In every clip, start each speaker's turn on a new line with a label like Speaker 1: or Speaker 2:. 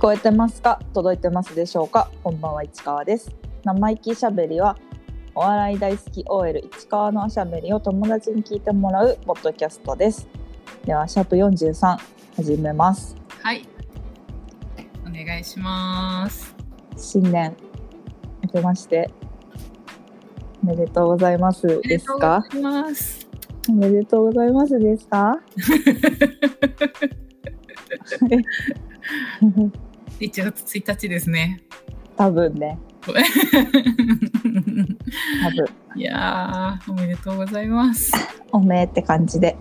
Speaker 1: こえてますか届いてますでしょうかこんばんは市川です生意気しゃべりはお笑い大好き OL 市川のおしゃべりを友達に聞いてもらうポッドキャストですではシャープ43始めます
Speaker 2: はい。お願いします。
Speaker 1: 新年明けましておめでとうございますですか
Speaker 2: おめでとうございます。
Speaker 1: おめでとうございますです か
Speaker 2: 1月1日ですね。
Speaker 1: 多分ね多分
Speaker 2: いやー、おめでとうございます。
Speaker 1: おめえって感じ で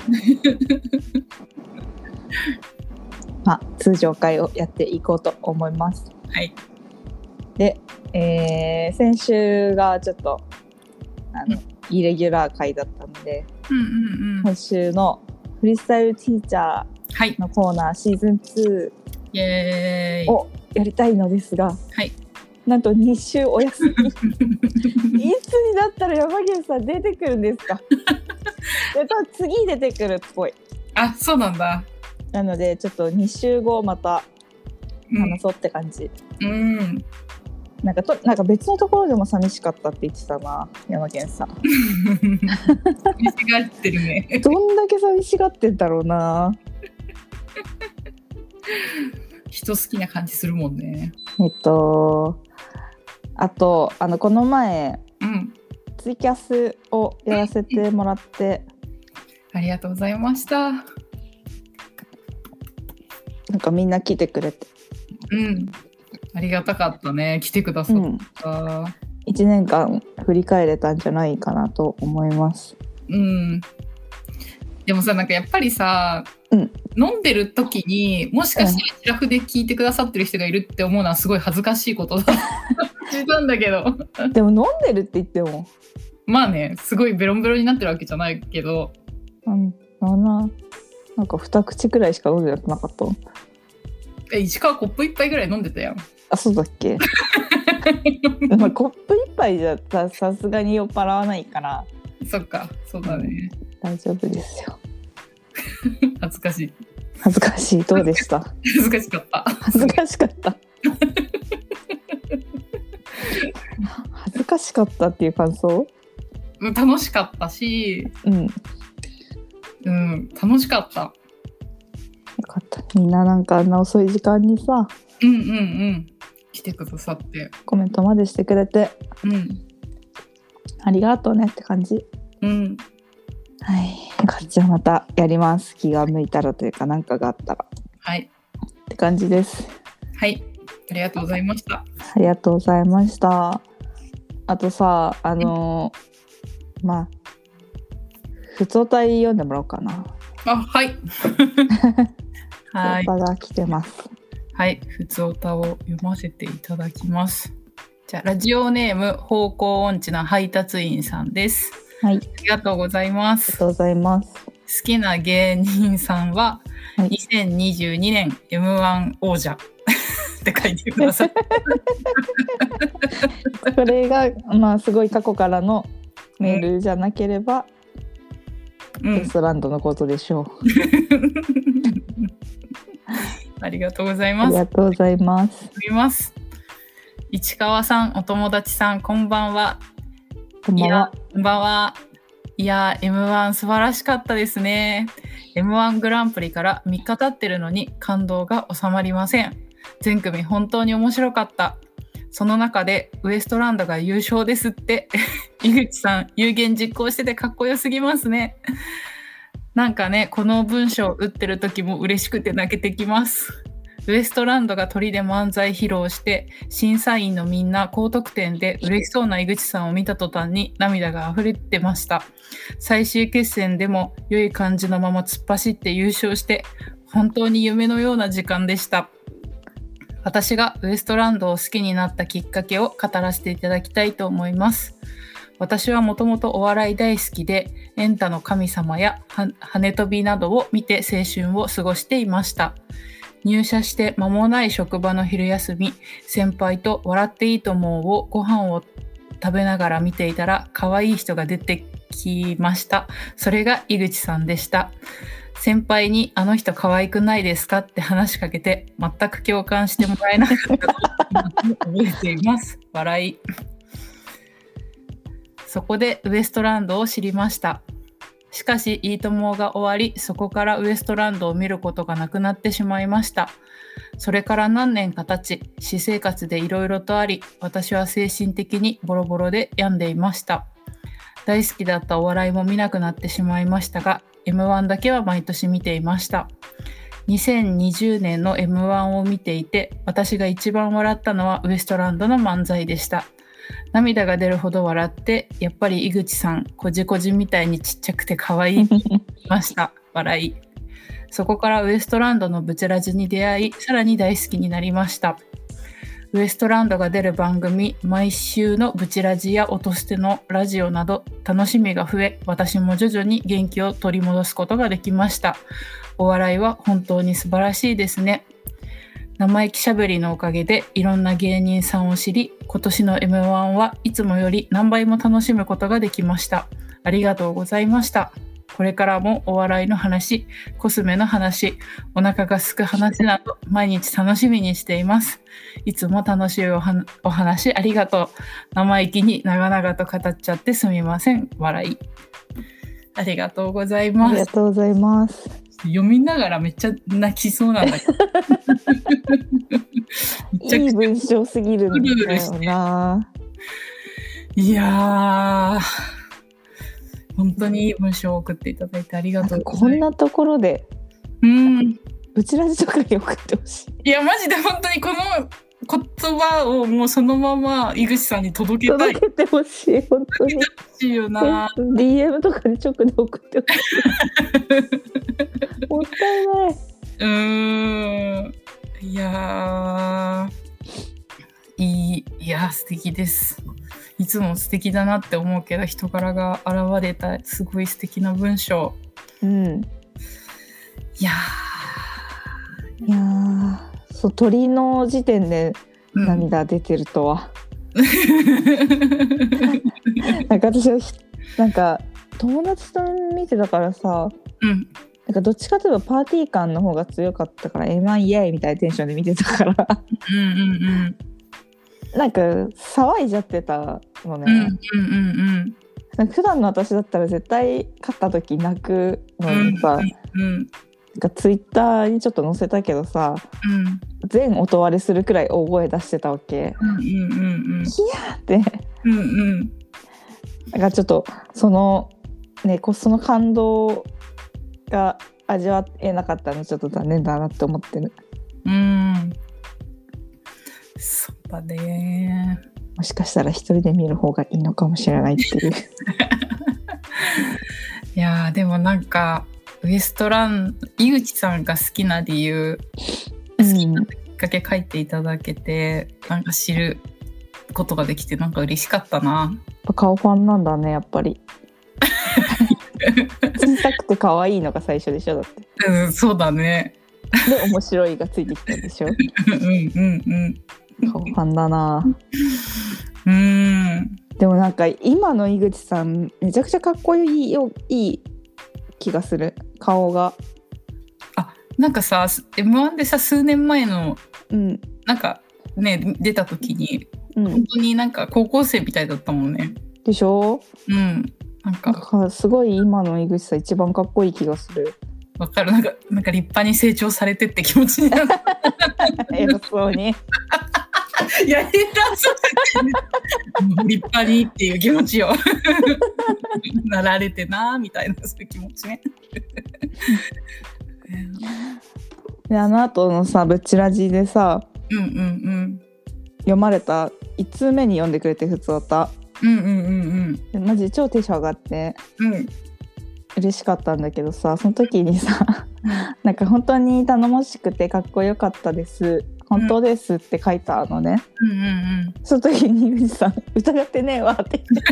Speaker 1: まあ通常会をやっていこうと思います
Speaker 2: はい。
Speaker 1: で、えー先週がちょっとあの、
Speaker 2: うん
Speaker 1: イレギュラー会だったので
Speaker 2: うんうんうん。
Speaker 1: 今週のフリースタイルティーチャ
Speaker 2: はい
Speaker 1: ー。のコーナーシーズン2
Speaker 2: イエーイ。
Speaker 1: をやりたいのですが
Speaker 2: はい。
Speaker 1: なんと2週お 休みいつになったら山岸さん出てくるんですか やっぱ次出てくるっぽい
Speaker 2: あ、そうなんだ。
Speaker 1: なのでちょっと2週後また
Speaker 2: うん
Speaker 1: 話。そうって感じ、
Speaker 2: うん、
Speaker 1: なんかとなんか別のところでも寂しかったって言ってたな山健さん
Speaker 2: 見せがってるね。
Speaker 1: どんだけ寂しがってんだろうな
Speaker 2: 人好きな感じするもんね。
Speaker 1: えっとあとあのこの前
Speaker 2: うん。
Speaker 1: ツイキャスをやらせてもらって
Speaker 2: ありがとうございました。うん。
Speaker 1: なんかみんな来てくれて、
Speaker 2: ありがたかったね。来てくだ
Speaker 1: う
Speaker 2: さっ
Speaker 1: ん、
Speaker 2: た。
Speaker 1: 1年間振り返れたんじゃないかなと思います
Speaker 2: うん。でもさ、なんかやっぱりさ、
Speaker 1: うん
Speaker 2: 飲んでる時にもしかしたら気楽で聞いてくださってる人がいるって思うのはすごい恥ずかしいこと だ感じたんだけど。
Speaker 1: でも飲んでるって言っても
Speaker 2: まあね、すごいベロンベロンになってるわけじゃないけど、
Speaker 1: なんあななんか2口くらいしか飲んでなくなかった
Speaker 2: え石川コップ一杯ぐらい飲んでたよ。
Speaker 1: あそうだっ けまあコップ一杯じゃささすがに酔っ払わないから
Speaker 2: そっか、そうだね。
Speaker 1: 大丈夫ですよ
Speaker 2: 恥ずかしい。
Speaker 1: 恥ずかしいどうでした
Speaker 2: 恥ずかしかった。
Speaker 1: 恥ずかしかった 恥ずかしかったっていう感想
Speaker 2: うん楽しかったし、
Speaker 1: うんよ
Speaker 2: うん、楽しかった。
Speaker 1: かったみんななんかあんな遅い時間にさ
Speaker 2: うんうんうん。来てくださって。
Speaker 1: コメントまでしてくれて
Speaker 2: うん。
Speaker 1: ありがとうねって感じ
Speaker 2: うん。
Speaker 1: はいじゃあまたやります気が向いたらというかなんかがあったら
Speaker 2: はい。
Speaker 1: って感じです
Speaker 2: はい。ありがとうございました。
Speaker 1: ありがとうございました。あとさ、あのーまあ、普通体読んでもらおうかな。
Speaker 2: あ、はい。 はい
Speaker 1: お。が来てます。
Speaker 2: はい。普通歌を読ませていただきます。じゃあ、ラジオネーム、方向音痴な配達員さんです。
Speaker 1: はい、あ
Speaker 2: ありがとうございま
Speaker 1: りが
Speaker 2: す。
Speaker 1: とうございます。
Speaker 2: 好きな芸人さんは、
Speaker 1: はい
Speaker 2: 2022年 M1 王者 って書いてく ださい。
Speaker 1: これが、まあ、すごい過去からのメールじゃなければ、
Speaker 2: う
Speaker 1: ウエ
Speaker 2: ん
Speaker 1: ス。トランドのことでしょう。
Speaker 2: ありがとうござい
Speaker 1: あ
Speaker 2: ま
Speaker 1: り
Speaker 2: す。
Speaker 1: がとうございます。
Speaker 2: 読みます。市川さん、お友達さん、こんばんは。
Speaker 1: こん
Speaker 2: い
Speaker 1: ばん
Speaker 2: や
Speaker 1: は。、
Speaker 2: こんばんは。いや、M1 素晴らしかったですね。M1 グランプリから3日経ってるのに感動が収まりません。全組本当に面白かった。その中でウエストランドが優勝ですって、 井口さん、有言実行しててかっこよすぎますね。なんかね、この文章を打ってる時も嬉しくて泣けてきます。ウエストランドが鳥で漫才披露して審査員のみんな高得点で嬉しそうな井口さんを見た途端に涙が溢れてました最終決戦でも良い感じのまま突っ走って優勝して本当に夢のような時間でした私がウエストランドを好きになったきっかけを語らせていただきたいと思います私はもともとお笑い大好きでエンタの神様やは羽飛びなどを見て青春を過ごしていました入社して間もない職場の昼休み先輩と「笑っていいと思う」をご飯を食べながら見ていたら可愛い人が出てきましたそれが井口さんでした先輩に「あの人可愛くないですか?」って話しかけて全く共感してもらえなかったと覚えています 笑いそこでウエストランドを知りましたしかし「いいとも」が終わりそこからウエストランドを見ることがなくなってしまいましたそれから何年か経ち私生活でいろいろとあり私は精神的にボロボロで病んでいました大好きだったお笑いも見なくなってしまいましたが m 1だけは毎年見ていました2020年の m 1を見ていて私が一番笑ったのはウエストランドの漫才でした涙が出るほど笑ってやっぱり井口さんこじこじみたいにちっちゃくて可愛いました笑いそこからウエストランドのブチラジに出会いさらに大好きになりましたウエストランドが出る番組毎週のブチラジや音捨てのラジオなど楽しみが増え私も徐々に元気を取り戻すことができましたお笑いは本当に素晴らしいですね生意気しゃべりのおかげでいろんな芸人さんを知り今年の m 1はいつもより何倍も楽しむことができましたありがとうございましたこれからもお笑いの話コスメの話お腹がすく話など毎日楽しみにしていますいつも楽しいおはお話ありがとう生意気に長々と語っちゃってすみません笑いありがとうござい
Speaker 1: あ
Speaker 2: ま
Speaker 1: りが
Speaker 2: す
Speaker 1: とうございます。
Speaker 2: 読みながらめっちゃ泣きそうなん だけど
Speaker 1: い
Speaker 2: めちゃく
Speaker 1: い
Speaker 2: ちゃ
Speaker 1: 文章すぎるんだよな。
Speaker 2: いやー本当にいい文章を送っていただいてありがとうご
Speaker 1: こ
Speaker 2: ざい
Speaker 1: ん
Speaker 2: ます。
Speaker 1: なところで、
Speaker 2: うん
Speaker 1: うちらじとかに送ってほしい。
Speaker 2: いやマジで本当にこの言葉をもうそのまま井口さんに届けたい
Speaker 1: 届けてほしい、本当に。
Speaker 2: しいよな
Speaker 1: DM とかに直で送ってほしい。もったいない。
Speaker 2: うーんいやーいいいや素敵ですいつも素敵だなって思うけど人柄が現れたすごい素敵な文章
Speaker 1: うん。
Speaker 2: いや
Speaker 1: いやーそう鳥の時点で
Speaker 2: ー、うん
Speaker 1: 涙出てるとは、なんか私はひなんか友達と見てたからさ
Speaker 2: うん
Speaker 1: なんかどっちかといえばパーティー感の方が強かったから「エマイイエイ」みたいなテンションで見てたから
Speaker 2: うんうんうん
Speaker 1: なんか騒いじゃってたのね、
Speaker 2: うんうんうん
Speaker 1: なんか普段の私だったら絶対勝った時泣くのにさ、なん
Speaker 2: うんうん
Speaker 1: かツイッターにちょっと載せたけどさ
Speaker 2: うん
Speaker 1: 全音割れするくらい大声出してたわけ
Speaker 2: うんうん
Speaker 1: で
Speaker 2: うんうん
Speaker 1: なんかちょっとそのねこその感動が味わえなかったのちょっと残念だなって思ってる
Speaker 2: うんそうだね
Speaker 1: もしかしたら一人で見る方がいいのかもしれないっていう
Speaker 2: いやーでもなんかウエストラン井口さんが好きな理由
Speaker 1: うん
Speaker 2: きっかけ書いていただけてなんか知ることができてなんか嬉しかったな
Speaker 1: 顔ファンなんだねやっぱ り小さくて可愛いのが最初でしょだって
Speaker 2: うんそうだね
Speaker 1: で面白いがついてきたんでしょ
Speaker 2: うんうん
Speaker 1: 顔ファンだな
Speaker 2: うんうん
Speaker 1: でもなんか今の井口さんめちゃくちゃかっこいいよいい気がする顔が
Speaker 2: なんかさ m 1でさ数年前の
Speaker 1: うん
Speaker 2: なんかね出た時に
Speaker 1: うん
Speaker 2: 本当になんか高校生みたいだったもんね
Speaker 1: でしょ
Speaker 2: うん
Speaker 1: な
Speaker 2: なん
Speaker 1: ん
Speaker 2: か
Speaker 1: かすごい今の井口さん一番かっこいい気がする。
Speaker 2: わかるなんかなんか立派に成長されてって気持ちになる
Speaker 1: 偉そうに。
Speaker 2: いや下手そう立派にっていう気持ちよ なられてなみたいなそういう気持ちね
Speaker 1: であの後のさ「ブチラジ」でさ
Speaker 2: うんうん
Speaker 1: 読まれた1通目に読んでくれて普通だった。
Speaker 2: うんうんうんうん
Speaker 1: でマジ超テンション上がって
Speaker 2: うんうん
Speaker 1: 嬉しかったんだけどさその時にさ「なんか本当に頼もしくてかっこよかったです」「本当です」って書いたのね。
Speaker 2: うんうん
Speaker 1: その時に井口さん「疑ってねえわ」って言って。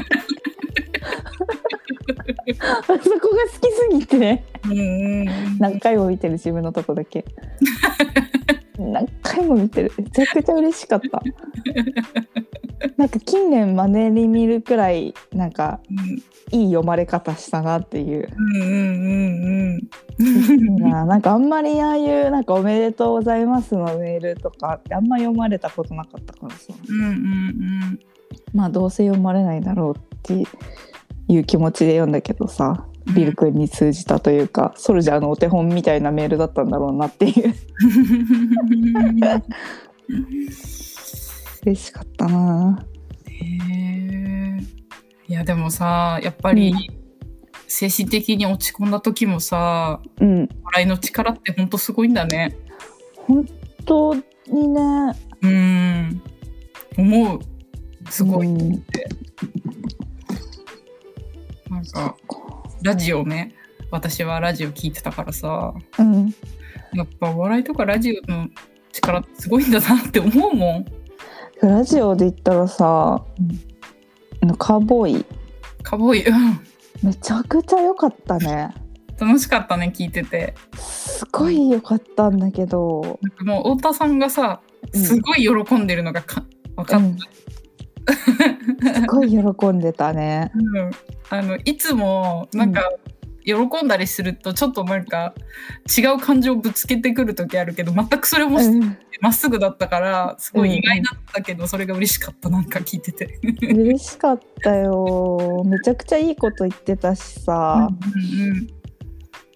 Speaker 1: あそこが好きすぎて。
Speaker 2: うんうんうん
Speaker 1: 何回も見てる自分のとこだけ何回も見てるめちゃくちゃ嬉しかったなんか近年マネに見るくらいなんか
Speaker 2: うん
Speaker 1: いい読まれ方したなっていう
Speaker 2: うんうんうん
Speaker 1: いいななんかあんまりああいうなんかおめでとうございますのメールとかってあんま読まれたことなかったからさ
Speaker 2: うんうん
Speaker 1: まあどうせ読まれないだろうっていう気持ちで読んだけどさ
Speaker 2: うん
Speaker 1: ビル君に通じたというかソルジャーのお手本みたいなメールだったんだろうなっていう 嬉しかったな
Speaker 2: へえいやでもさやっぱり、
Speaker 1: うん
Speaker 2: 精神的に落ち込んだ時もさ
Speaker 1: うん
Speaker 2: 笑いの力ってほんとすごいんだね
Speaker 1: 本当にね
Speaker 2: うん思うすごい、
Speaker 1: うん
Speaker 2: なんかラジオね私はラジオ聞いてたからさ
Speaker 1: うん
Speaker 2: やっぱお笑いとかラジオの力ってすごいんだなって思うもん
Speaker 1: ラジオで言ったらさ、あのカーボーイ
Speaker 2: かぼいうん
Speaker 1: めちゃくちゃ良かったね
Speaker 2: 楽しかったね聞いてて
Speaker 1: すごい良かったんだけど、
Speaker 2: なんかもう太田さんがさ
Speaker 1: うん
Speaker 2: すごい喜んでるのがか分かっ
Speaker 1: うんすごい喜んでた ね
Speaker 2: うんあのいつもなんか、喜んだりするとちょっとなんか違う感情ぶつけてくる時あるけど全くそれもして
Speaker 1: うん
Speaker 2: まっすぐだったからすごい意外だったけど、それが嬉しかったなんか聞いてて。
Speaker 1: 嬉しかったよめちゃくちゃいいこと言ってたしさ、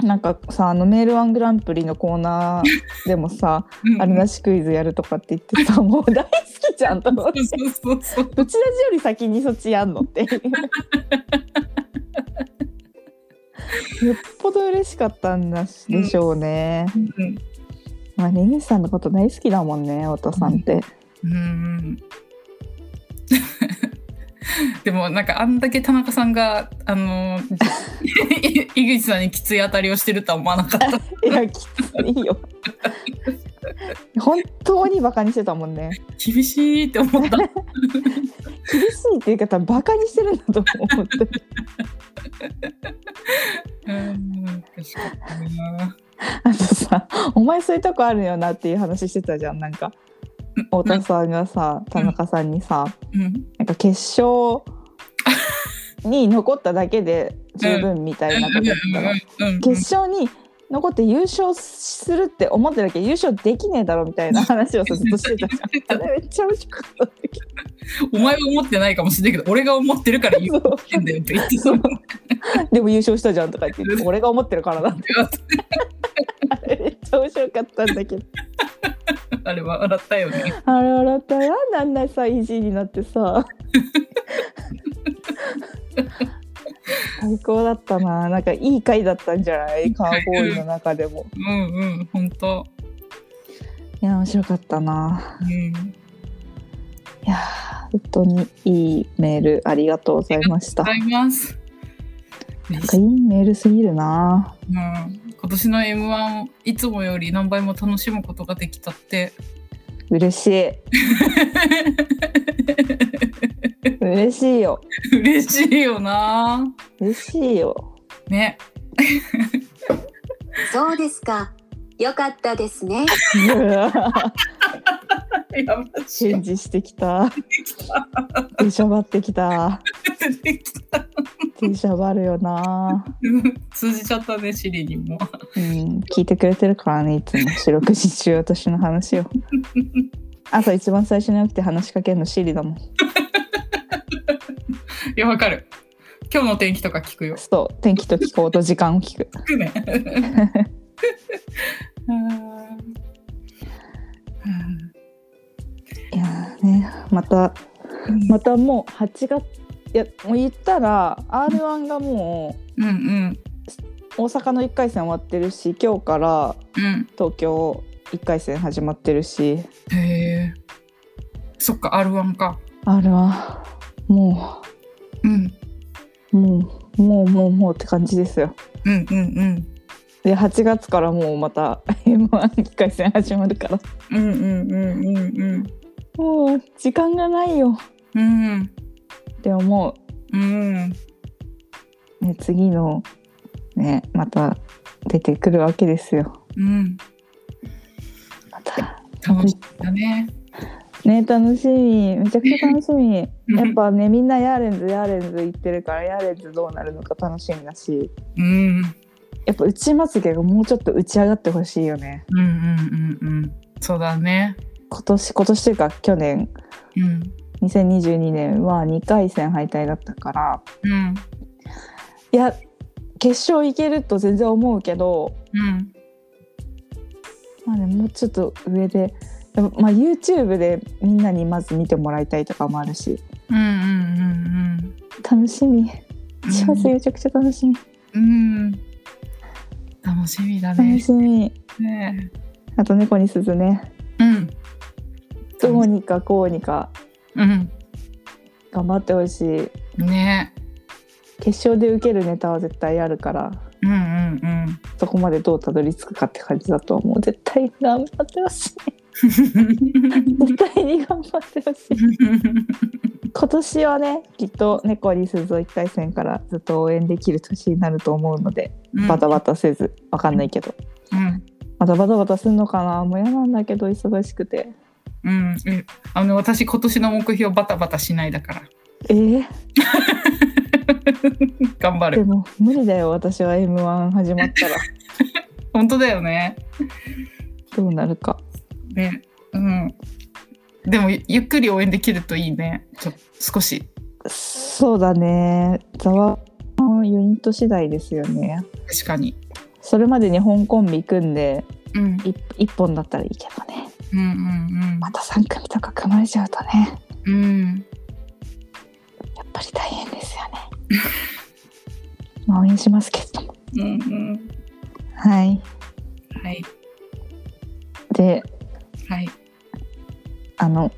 Speaker 1: なんかさあのメールワングランプリのコーナーでもさあれな
Speaker 2: し
Speaker 1: しクイズやるとかって言って さもう大好きじゃんと思って
Speaker 2: そうそうそうそう
Speaker 1: うちらじより先にそっちやんの っていうよっぽど嬉しかったんだしでし ょうね、
Speaker 2: うん
Speaker 1: まあね根岸さんのこと大好きだもんね太田さんって、
Speaker 2: うんうん でもなんかあんだけ田中さんがあの井口さんにきつい当たりをしてるとは思わなかった。
Speaker 1: いやきついよ本当にバカにしてたもんね
Speaker 2: 厳しいって思った。
Speaker 1: 厳しいっていう方バカにしてるんだと思って
Speaker 2: うん、嬉しかったな。
Speaker 1: あとさお前そういうとこあるよなっていう話してたじゃんなんか太田さんがさ田中さんにさ、
Speaker 2: うん、
Speaker 1: なんか決勝に残っただけで十分みたいなことだったら、
Speaker 2: うん、
Speaker 1: 決勝に残って優勝するって思ってるだけで優勝できねえだろみたいな話をさずっとしてたじゃん。あれめっちゃ面白かったんだけど
Speaker 2: お前は思ってないかもしれないけど、俺が思ってるから言 ってんだよって言ってそう。
Speaker 1: でも優勝したじゃんとか言って俺が思ってるからだってあれめっちゃ面白かったんだけど
Speaker 2: あれは笑ったよね。
Speaker 1: あれ笑ったらなんであんなさ意地になってさ最高だったななんかいい回だったんじゃないカーボーイの中でも
Speaker 2: うんうん、本当。
Speaker 1: いや面白かったな
Speaker 2: うん。
Speaker 1: いやー本当にいいメールありがとうございました
Speaker 2: ご
Speaker 1: な
Speaker 2: ざ
Speaker 1: ん
Speaker 2: います。
Speaker 1: かいいメールすぎるな
Speaker 2: うん、今年の M1 をいつもより何倍も楽しむことができたって。
Speaker 1: 嬉しい嬉しいよ
Speaker 2: 嬉しいよな。
Speaker 1: 嬉しいよ
Speaker 2: ね。
Speaker 3: そうですか。よかったですね。
Speaker 1: うわ
Speaker 2: やばし
Speaker 1: 返事してきたテンション上がってきたテンション上がるよな
Speaker 2: 通じちゃったね、シリにも。
Speaker 1: うん、聞いてくれてるからねいつも四六時中私の話を朝一番最初に起きて話しかけるのシリだもん
Speaker 2: いや、わかる。今日の天気とか聞くよ。
Speaker 1: そう天気と気候と時間を聞く
Speaker 2: 聞くね。うん
Speaker 1: いやーねまたまたもう8月いやもう言ったら r 1がもう
Speaker 2: うんうん
Speaker 1: 大阪の1回戦終わってるし今日から
Speaker 2: うん
Speaker 1: 東京1回戦始まってるし
Speaker 2: へえそっか R1 か
Speaker 1: r 1も
Speaker 2: うん
Speaker 1: うもうもうもうもうって感じですよ
Speaker 2: うんうん
Speaker 1: で8月からもうまた m 1 1回戦始まるから
Speaker 2: うんうんうんうんうん
Speaker 1: もう時間がないよ
Speaker 2: うん
Speaker 1: って思
Speaker 2: うん
Speaker 1: う、ね、次のねまた出てくるわけですよ
Speaker 2: うん
Speaker 1: また
Speaker 2: 楽しみだね
Speaker 1: ね楽しみめちゃくちゃ楽しみやっぱねみんなヤーレンズヤーレンズ言ってるからヤーレンズどうなるのか楽しみだし
Speaker 2: うん、うん
Speaker 1: やっぱ内まつげがもうちょっと打ち上がってほしいよね
Speaker 2: うんうんうんそうだね
Speaker 1: 今年今年というか去年
Speaker 2: うん
Speaker 1: 2022年は2回戦敗退だったから
Speaker 2: うん
Speaker 1: いや決勝いけると全然思うけど
Speaker 2: うん
Speaker 1: まあね、もうちょっと上ででも、まあ、YouTube でみんなにまず見てもらいたいとかもあるし
Speaker 2: うんうんうん
Speaker 1: 楽しみ
Speaker 2: うん
Speaker 1: 幸せめちゃくちゃ楽しみ、
Speaker 2: うん楽しみだ
Speaker 1: 楽
Speaker 2: ね
Speaker 1: しみ
Speaker 2: ね
Speaker 1: あと猫に鈴ね
Speaker 2: うん
Speaker 1: どうにかこうにか
Speaker 2: うん
Speaker 1: 頑張ってほしい
Speaker 2: ね
Speaker 1: 決勝で受けるネタは絶対あるから
Speaker 2: うんうんうん
Speaker 1: そこまでどうたどり着くかって感じだと思う絶対頑張ってほしい 絶対に頑張ってほしい今年はねきっと猫に鈴を1回戦からずっと応援できる年になると思うのでバタバタせずわかんないけど
Speaker 2: うん
Speaker 1: またバタバタすんのかなもう嫌なんだけど忙しくて
Speaker 2: うん、えあの私今年の目標バタバタしないだから
Speaker 1: えー、
Speaker 2: 頑張
Speaker 1: で
Speaker 2: る
Speaker 1: も無理だよ私は m 1始まった ら
Speaker 2: 本当だよね
Speaker 1: どうなるか
Speaker 2: ねうんでもゆゆっくり応援できるといいねちょ少し
Speaker 1: そうだねざわのユニット次第ですよね
Speaker 2: 確かに
Speaker 1: それまでに本コンビ組んで
Speaker 2: うん
Speaker 1: い一本だったらいいけどね
Speaker 2: うん
Speaker 1: また3組とか組まれちゃうとね
Speaker 2: うんうん
Speaker 1: やっぱり大変ですよ ねまあ応援しますけども
Speaker 2: うんうんうん
Speaker 1: はい
Speaker 2: はい
Speaker 1: で
Speaker 2: はい
Speaker 1: あの、
Speaker 2: はい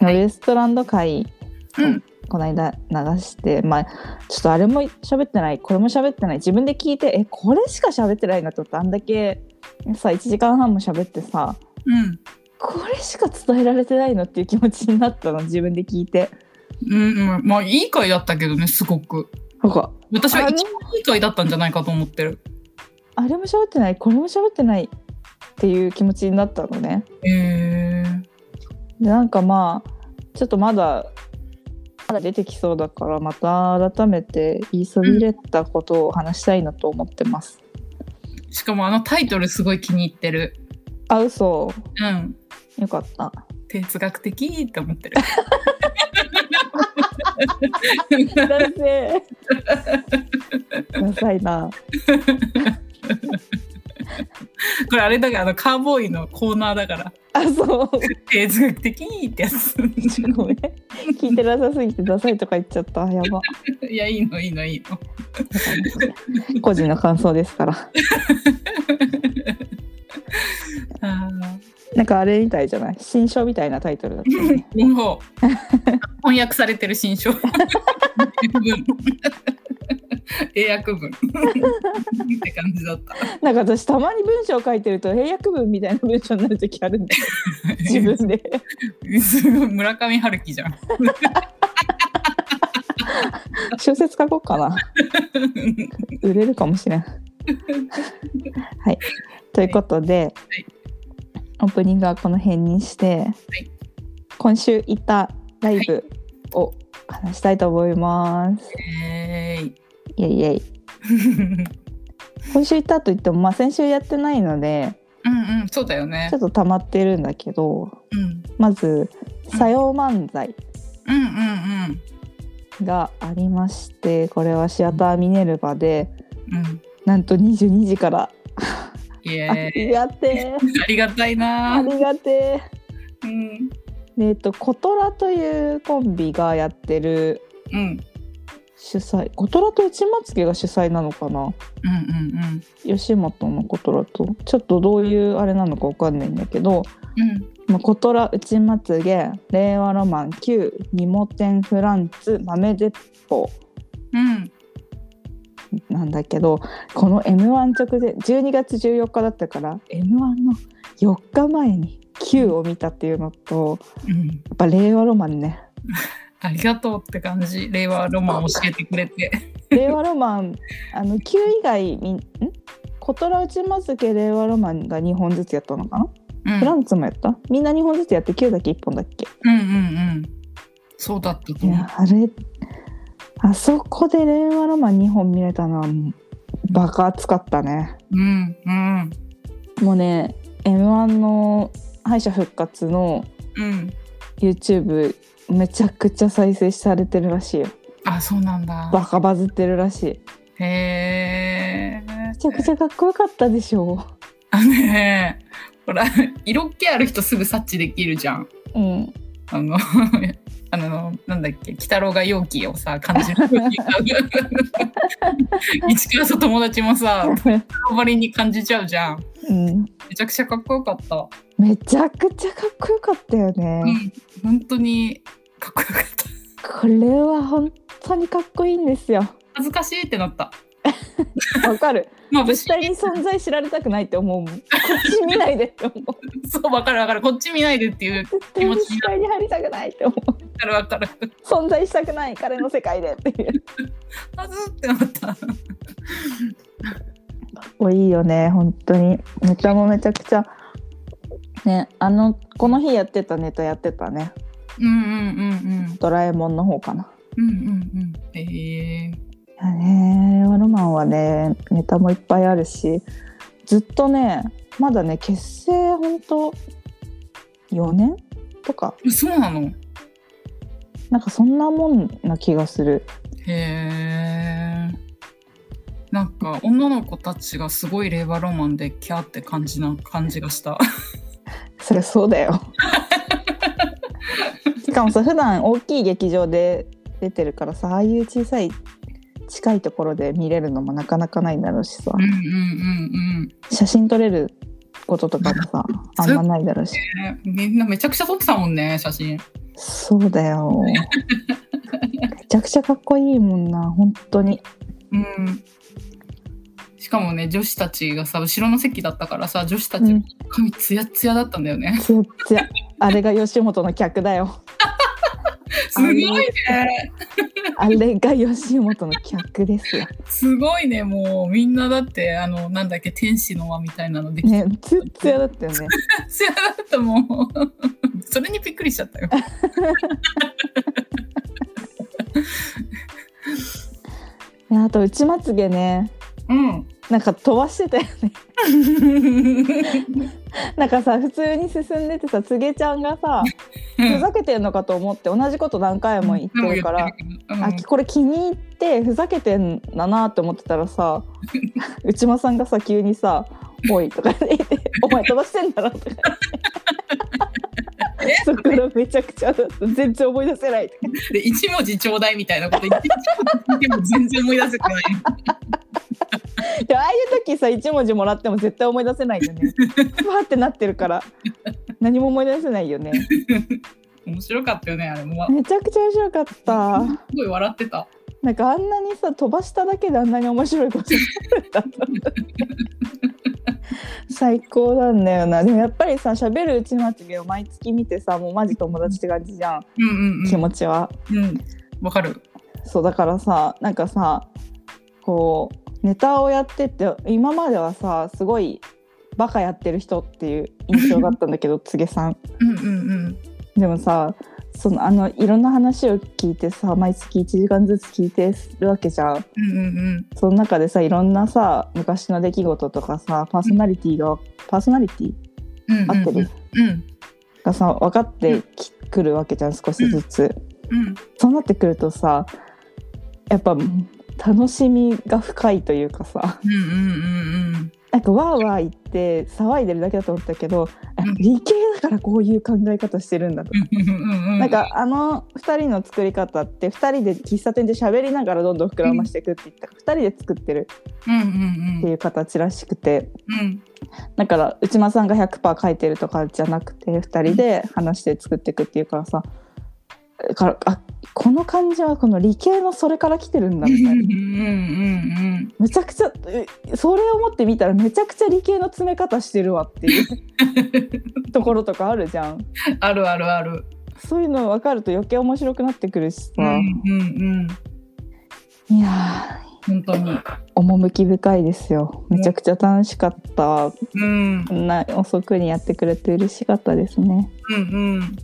Speaker 1: ウエストランド会
Speaker 2: うん
Speaker 1: この間流して、まあちょっとあれも喋ってないこれも喋ってない自分で聞いてえこれしか喋ってないなと思ってあんだけさ1時間半も喋ってさ
Speaker 2: うん
Speaker 1: これしか伝えられてないのっていう気持ちになったの自分で聞いて
Speaker 2: うんうんまあいい回だったけどねすごく
Speaker 1: なんか
Speaker 2: 私は
Speaker 1: あれ
Speaker 2: 一番いい回だったんじゃないかと思ってる
Speaker 1: あれも喋ってないこれも喋ってないっていう気持ちになったのね
Speaker 2: へえ
Speaker 1: でなんかまあちょっとまだまだ出てきそうだからまた改めて言いそびれたことを話したいなと思ってます、
Speaker 2: しかもあのタイトルすごい気に入ってる
Speaker 1: あ嘘
Speaker 2: うん
Speaker 1: よかった
Speaker 2: 哲学的って思ってる
Speaker 1: 男性ダサいな
Speaker 2: これあれだからあのカーボーイのコーナーだから
Speaker 1: あそう
Speaker 2: 哲学的ってや つ
Speaker 1: ごめん聞いてなさすぎてダサいとか言っちゃったやば
Speaker 2: いやいいのいいのいいの
Speaker 1: 個人の感想ですから
Speaker 2: あ
Speaker 1: なんかあれみたいじゃない新書みたいなタイトルだったよね
Speaker 2: ーもう翻訳されてる新書英訳文って感じだった
Speaker 1: なんか私たまに文章書いてると英訳文みたいな文章になる時あるんだよ自分で
Speaker 2: すごい村上春樹じゃん
Speaker 1: 小説書こうかな売れるかもしれんはいということで、
Speaker 2: い
Speaker 1: オープニングはこの辺にして、
Speaker 2: はい
Speaker 1: 今週行ったライブを話したいと思います、
Speaker 2: えー
Speaker 1: イ
Speaker 2: い
Speaker 1: エイイエイ今週行ったといっても、まあ、先週やってないので
Speaker 2: うんうんそうだよね
Speaker 1: ちょっと溜まってるんだけど
Speaker 2: うん
Speaker 1: まず「さよう漫才
Speaker 2: うんうん」
Speaker 1: がありましてこれはシアターミネルヴァで
Speaker 2: うんうん
Speaker 1: なんと22時から、
Speaker 2: イエ
Speaker 1: あ
Speaker 2: ーイ
Speaker 1: りがてえ
Speaker 2: ありがたい
Speaker 1: あ
Speaker 2: な
Speaker 1: りがてえ
Speaker 2: うん
Speaker 1: えっと、コトラというコンビがやってる
Speaker 2: うんうん
Speaker 1: 主催コトラと内まつげが主催なのかな
Speaker 2: うんうん
Speaker 1: 吉本のコトラとちょっとどういうあれなのかわかんないんだけど、
Speaker 2: うん
Speaker 1: まあ、コトラ内まつげ令和ロマン Q ニモテンフランツ豆鉄砲
Speaker 2: うん
Speaker 1: なんだけどこの m 1直前12月14日だったから m 1の4日前に Q を見たっていうのと
Speaker 2: うん
Speaker 1: やっぱ令和ロマンね
Speaker 2: ありがとうって感じ令和ロマン教えてくれて
Speaker 1: 令和ロマンあの旧以外みんんコトラ内まつげ令和ロマンが2本ずつやったのかな
Speaker 2: ううん
Speaker 1: フランツもやったみんな2本ずつやって9だけ1本だっけ
Speaker 2: うんうんうん。そうだったと
Speaker 1: い
Speaker 2: 思う
Speaker 1: やあれあそこで令和ロマン2本見れたのはバカ熱かったね
Speaker 2: うんうん
Speaker 1: もうね m 1の敗者復活の
Speaker 2: うん。
Speaker 1: YouTube めちゃくちゃ再生されてるらしいよ
Speaker 2: あ、そうなんだ。
Speaker 1: バカバズってるらしいめ
Speaker 2: へえ。
Speaker 1: ちゃくちゃかっこよかったでしょ
Speaker 2: あねえ。ほら、色気ある人すぐ察知できるじゃん。
Speaker 1: うん
Speaker 2: あの、 あの、なんだっけ、鬼太郎が容器をさ、感じる。市川さん友達もさ、バばりに感じちゃうじゃん。
Speaker 1: うん
Speaker 2: めちゃくちゃかっこよかった。
Speaker 1: めちゃくちゃかっこよかったよね、
Speaker 2: うん、本当にかっこよかった。
Speaker 1: これは本当にかっこいいんですよ
Speaker 2: 恥ずかしいってなった。
Speaker 1: わか る
Speaker 2: まあ、
Speaker 1: 絶対に存在知られたくないって思うもんこっち見ないでって思う
Speaker 2: そう、わかるわかる。こっち見ないでっていう、
Speaker 1: 絶対に視界に入りたくないって思う
Speaker 2: わかるわかる。
Speaker 1: 存在したくない彼の世界でっていう
Speaker 2: はずってなった。
Speaker 1: おいいよね本当にネタもめちゃくちゃねあのこの日やってたネタやってたね
Speaker 2: うんうんうんうん。
Speaker 1: ドラえもんの方かな
Speaker 2: うんうんうん。ええ
Speaker 1: いやねワロマンはねネタもいっぱいあるしずっとねまだね結成ほんと4年とか
Speaker 2: そうなの
Speaker 1: なんかそんなもんな気がする
Speaker 2: へえ。なんか女の子たちがすごい令和ロマンでキャーって感じな感じがした。
Speaker 1: そりゃそうだ よしかもさ普段大きい劇場で出てるからさああいう小さい近いところで見れるのもなかなかないだろうしさ
Speaker 2: うんうんうん
Speaker 1: 写真撮れることとかも さあんまないだろうし
Speaker 2: うん。ねみんなめちゃくちゃ撮ってたもんね、写真。
Speaker 1: そうだよめちゃくちゃかっこいいもんな本当に
Speaker 2: うん。しかもね、女子たちがさ、後ろの席だったからさ、女子たち
Speaker 1: うん
Speaker 2: 髪ツヤツヤだったんだよね。
Speaker 1: つやつやあれが吉本の客だよ
Speaker 2: すごいね。
Speaker 1: あれが吉本の客ですよ
Speaker 2: すごいね、もうみんなだって、あの、なんだっけ、天使の輪みたいなのできて、
Speaker 1: ねつやつやだったよね
Speaker 2: つやだったもん。それにびっくりしちゃったよ。
Speaker 1: いやあと内まつげね
Speaker 2: うん。
Speaker 1: なんか飛ばしてたよねなんかさ普通に進んでてさつげちゃんがさふざけてんのかと思って同じこと何回も言ってるから、
Speaker 2: うん
Speaker 1: あこれ気に入ってふざけてんだなって思ってたら さ内間さんがさ急にさ「おい」とか言って「お前飛ばしてんだろ」とか言ってそこからめちゃくちゃだった全然思い出せないとか
Speaker 2: で一文字ちょうだいみたいなこと言ってでも全然思い出せてない。
Speaker 1: でああいう時さ一文字もらっても絶対思い出せないよ ねふわってなってるから何も思い出せないよね
Speaker 2: 面白かったよねあれも
Speaker 1: めちゃくちゃ面白かった
Speaker 2: すごい笑ってた。
Speaker 1: なんかあんなにさ飛ばしただけであんなに面白いことになるんだと思って最高なんだよなでもやっぱりさ喋るうちまつげを毎月見てさもうマジ友達って感じじゃん、
Speaker 2: うんうん
Speaker 1: 気持ちは
Speaker 2: うん。うん。わかる。
Speaker 1: そうだからさなんかさこうネタをやってって今まではさすごいバカやってる人っていう印象だったんだけどつげさん
Speaker 2: うんうん
Speaker 1: でもさそのあのいろんな話を聞いてさ毎月1時間ずつ聞いてるわけじゃん
Speaker 2: うん。うんうんうん。
Speaker 1: その中でさいろんなさ昔の出来事とかさパーソナリティがパーソナリティ
Speaker 2: うんうん
Speaker 1: 合ってる
Speaker 2: うん
Speaker 1: がさ分かってきくるわけじゃん少しずつ。
Speaker 2: うん。
Speaker 1: そうなってくるとさやっぱ楽しみが深いというかさ
Speaker 2: うんうんうんうん。
Speaker 1: なんかわーわー言って騒いでるだけだと思ったけど、あ
Speaker 2: うん
Speaker 1: 理系だからこういう考え方してるんだとか。
Speaker 2: な
Speaker 1: なんかあの2人の作り方って2人で喫茶店で喋りながらどんどん膨らましていくって言ったから2人で作ってる
Speaker 2: うんうん
Speaker 1: っ
Speaker 2: う
Speaker 1: て
Speaker 2: ん
Speaker 1: いう形らしくて、
Speaker 2: うん
Speaker 1: だから内間さんが100%書いてるとかじゃなくて2人で話して作っていくっていうからさだからあこの感じはこの理系のそれから来てるんだ
Speaker 2: うん
Speaker 1: みたいな
Speaker 2: うん
Speaker 1: めちゃくちゃえそれを持ってみたらめちゃくちゃ理系の詰め方してるわっていう ところとかあるじゃん
Speaker 2: うんあるあるある。
Speaker 1: そういうの分かると余計面白くなってくるしさ、
Speaker 2: うんうんうん。
Speaker 1: いや
Speaker 2: 本当に。
Speaker 1: 趣深いですよめちゃくちゃ楽しかった
Speaker 2: うん、
Speaker 1: こんな遅くにやってくれて嬉しかったですね
Speaker 2: うん、うん。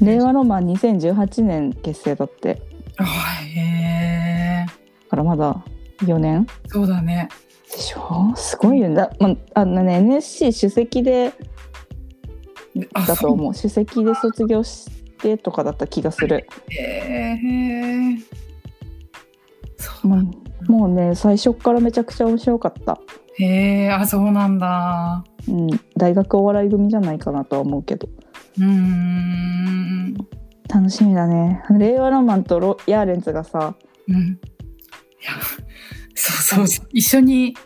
Speaker 1: 令和ロマン2018年結成だってだ
Speaker 2: あへえ、
Speaker 1: からまだ4年
Speaker 2: そうだね。
Speaker 1: でしょすごいよねだ、まあのね NSC 首席で
Speaker 2: あ、
Speaker 1: だと
Speaker 2: そう。
Speaker 1: 思う首席で卒業してとかだった気がする
Speaker 2: へえ。そう
Speaker 1: も
Speaker 2: なんだ。
Speaker 1: うもうね最初っからめちゃくちゃ面白かった、
Speaker 2: へえ、あ、そうなんだ。
Speaker 1: うん、大学お笑い組じゃないかなとは思うけど
Speaker 2: うーん。
Speaker 1: 楽しみだねあの令和ロマンとロヤーレンズがさ
Speaker 2: うん。いや、そうそう、一緒に。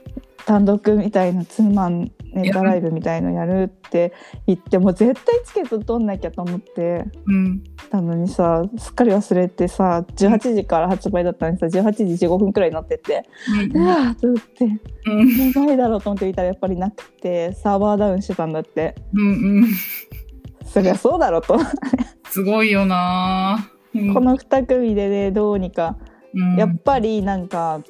Speaker 1: 単独みたいなツーマンネタライブみたいのやるって言ってもう絶対チケット取んなきゃと思って
Speaker 2: うん。
Speaker 1: たのにさすっかり忘れてさ18時から発売だったのにさ18時15分くらいになっててうわーと思って
Speaker 2: うん。
Speaker 1: もうないだろうと思っていたらやっぱりなくてサーバーダウンしてたんだって
Speaker 2: うん。うん。
Speaker 1: そりゃそうだろうと
Speaker 2: すごいよな。うん
Speaker 1: この2組でねどうにか
Speaker 2: うん
Speaker 1: やっぱりなんか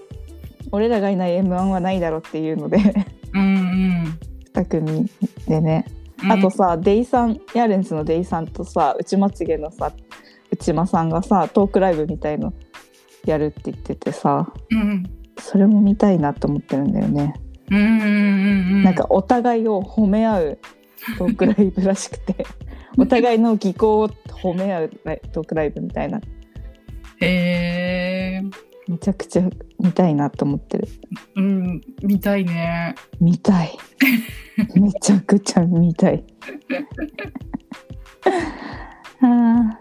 Speaker 1: 俺らがいない m 1はないだろうっていうので
Speaker 2: うん
Speaker 1: 2組でね
Speaker 2: うん。
Speaker 1: あとさ、デイさんヤーレンズのデイさんとさ内まつげのさ内間さんがさトークライブみたいのやるって言っててさ
Speaker 2: うん。
Speaker 1: それも見たいなと思ってるんだよね、
Speaker 2: うん。うん。うん。うん。
Speaker 1: なんか。お互いを褒め合うトークライブらしく てお互いの技巧を褒め合うライトークライブみたいな
Speaker 2: へえ。
Speaker 1: めちゃくちゃ見たいなと思ってる
Speaker 2: うん。見たいね。
Speaker 1: 見た いめちゃくちゃ見たい あ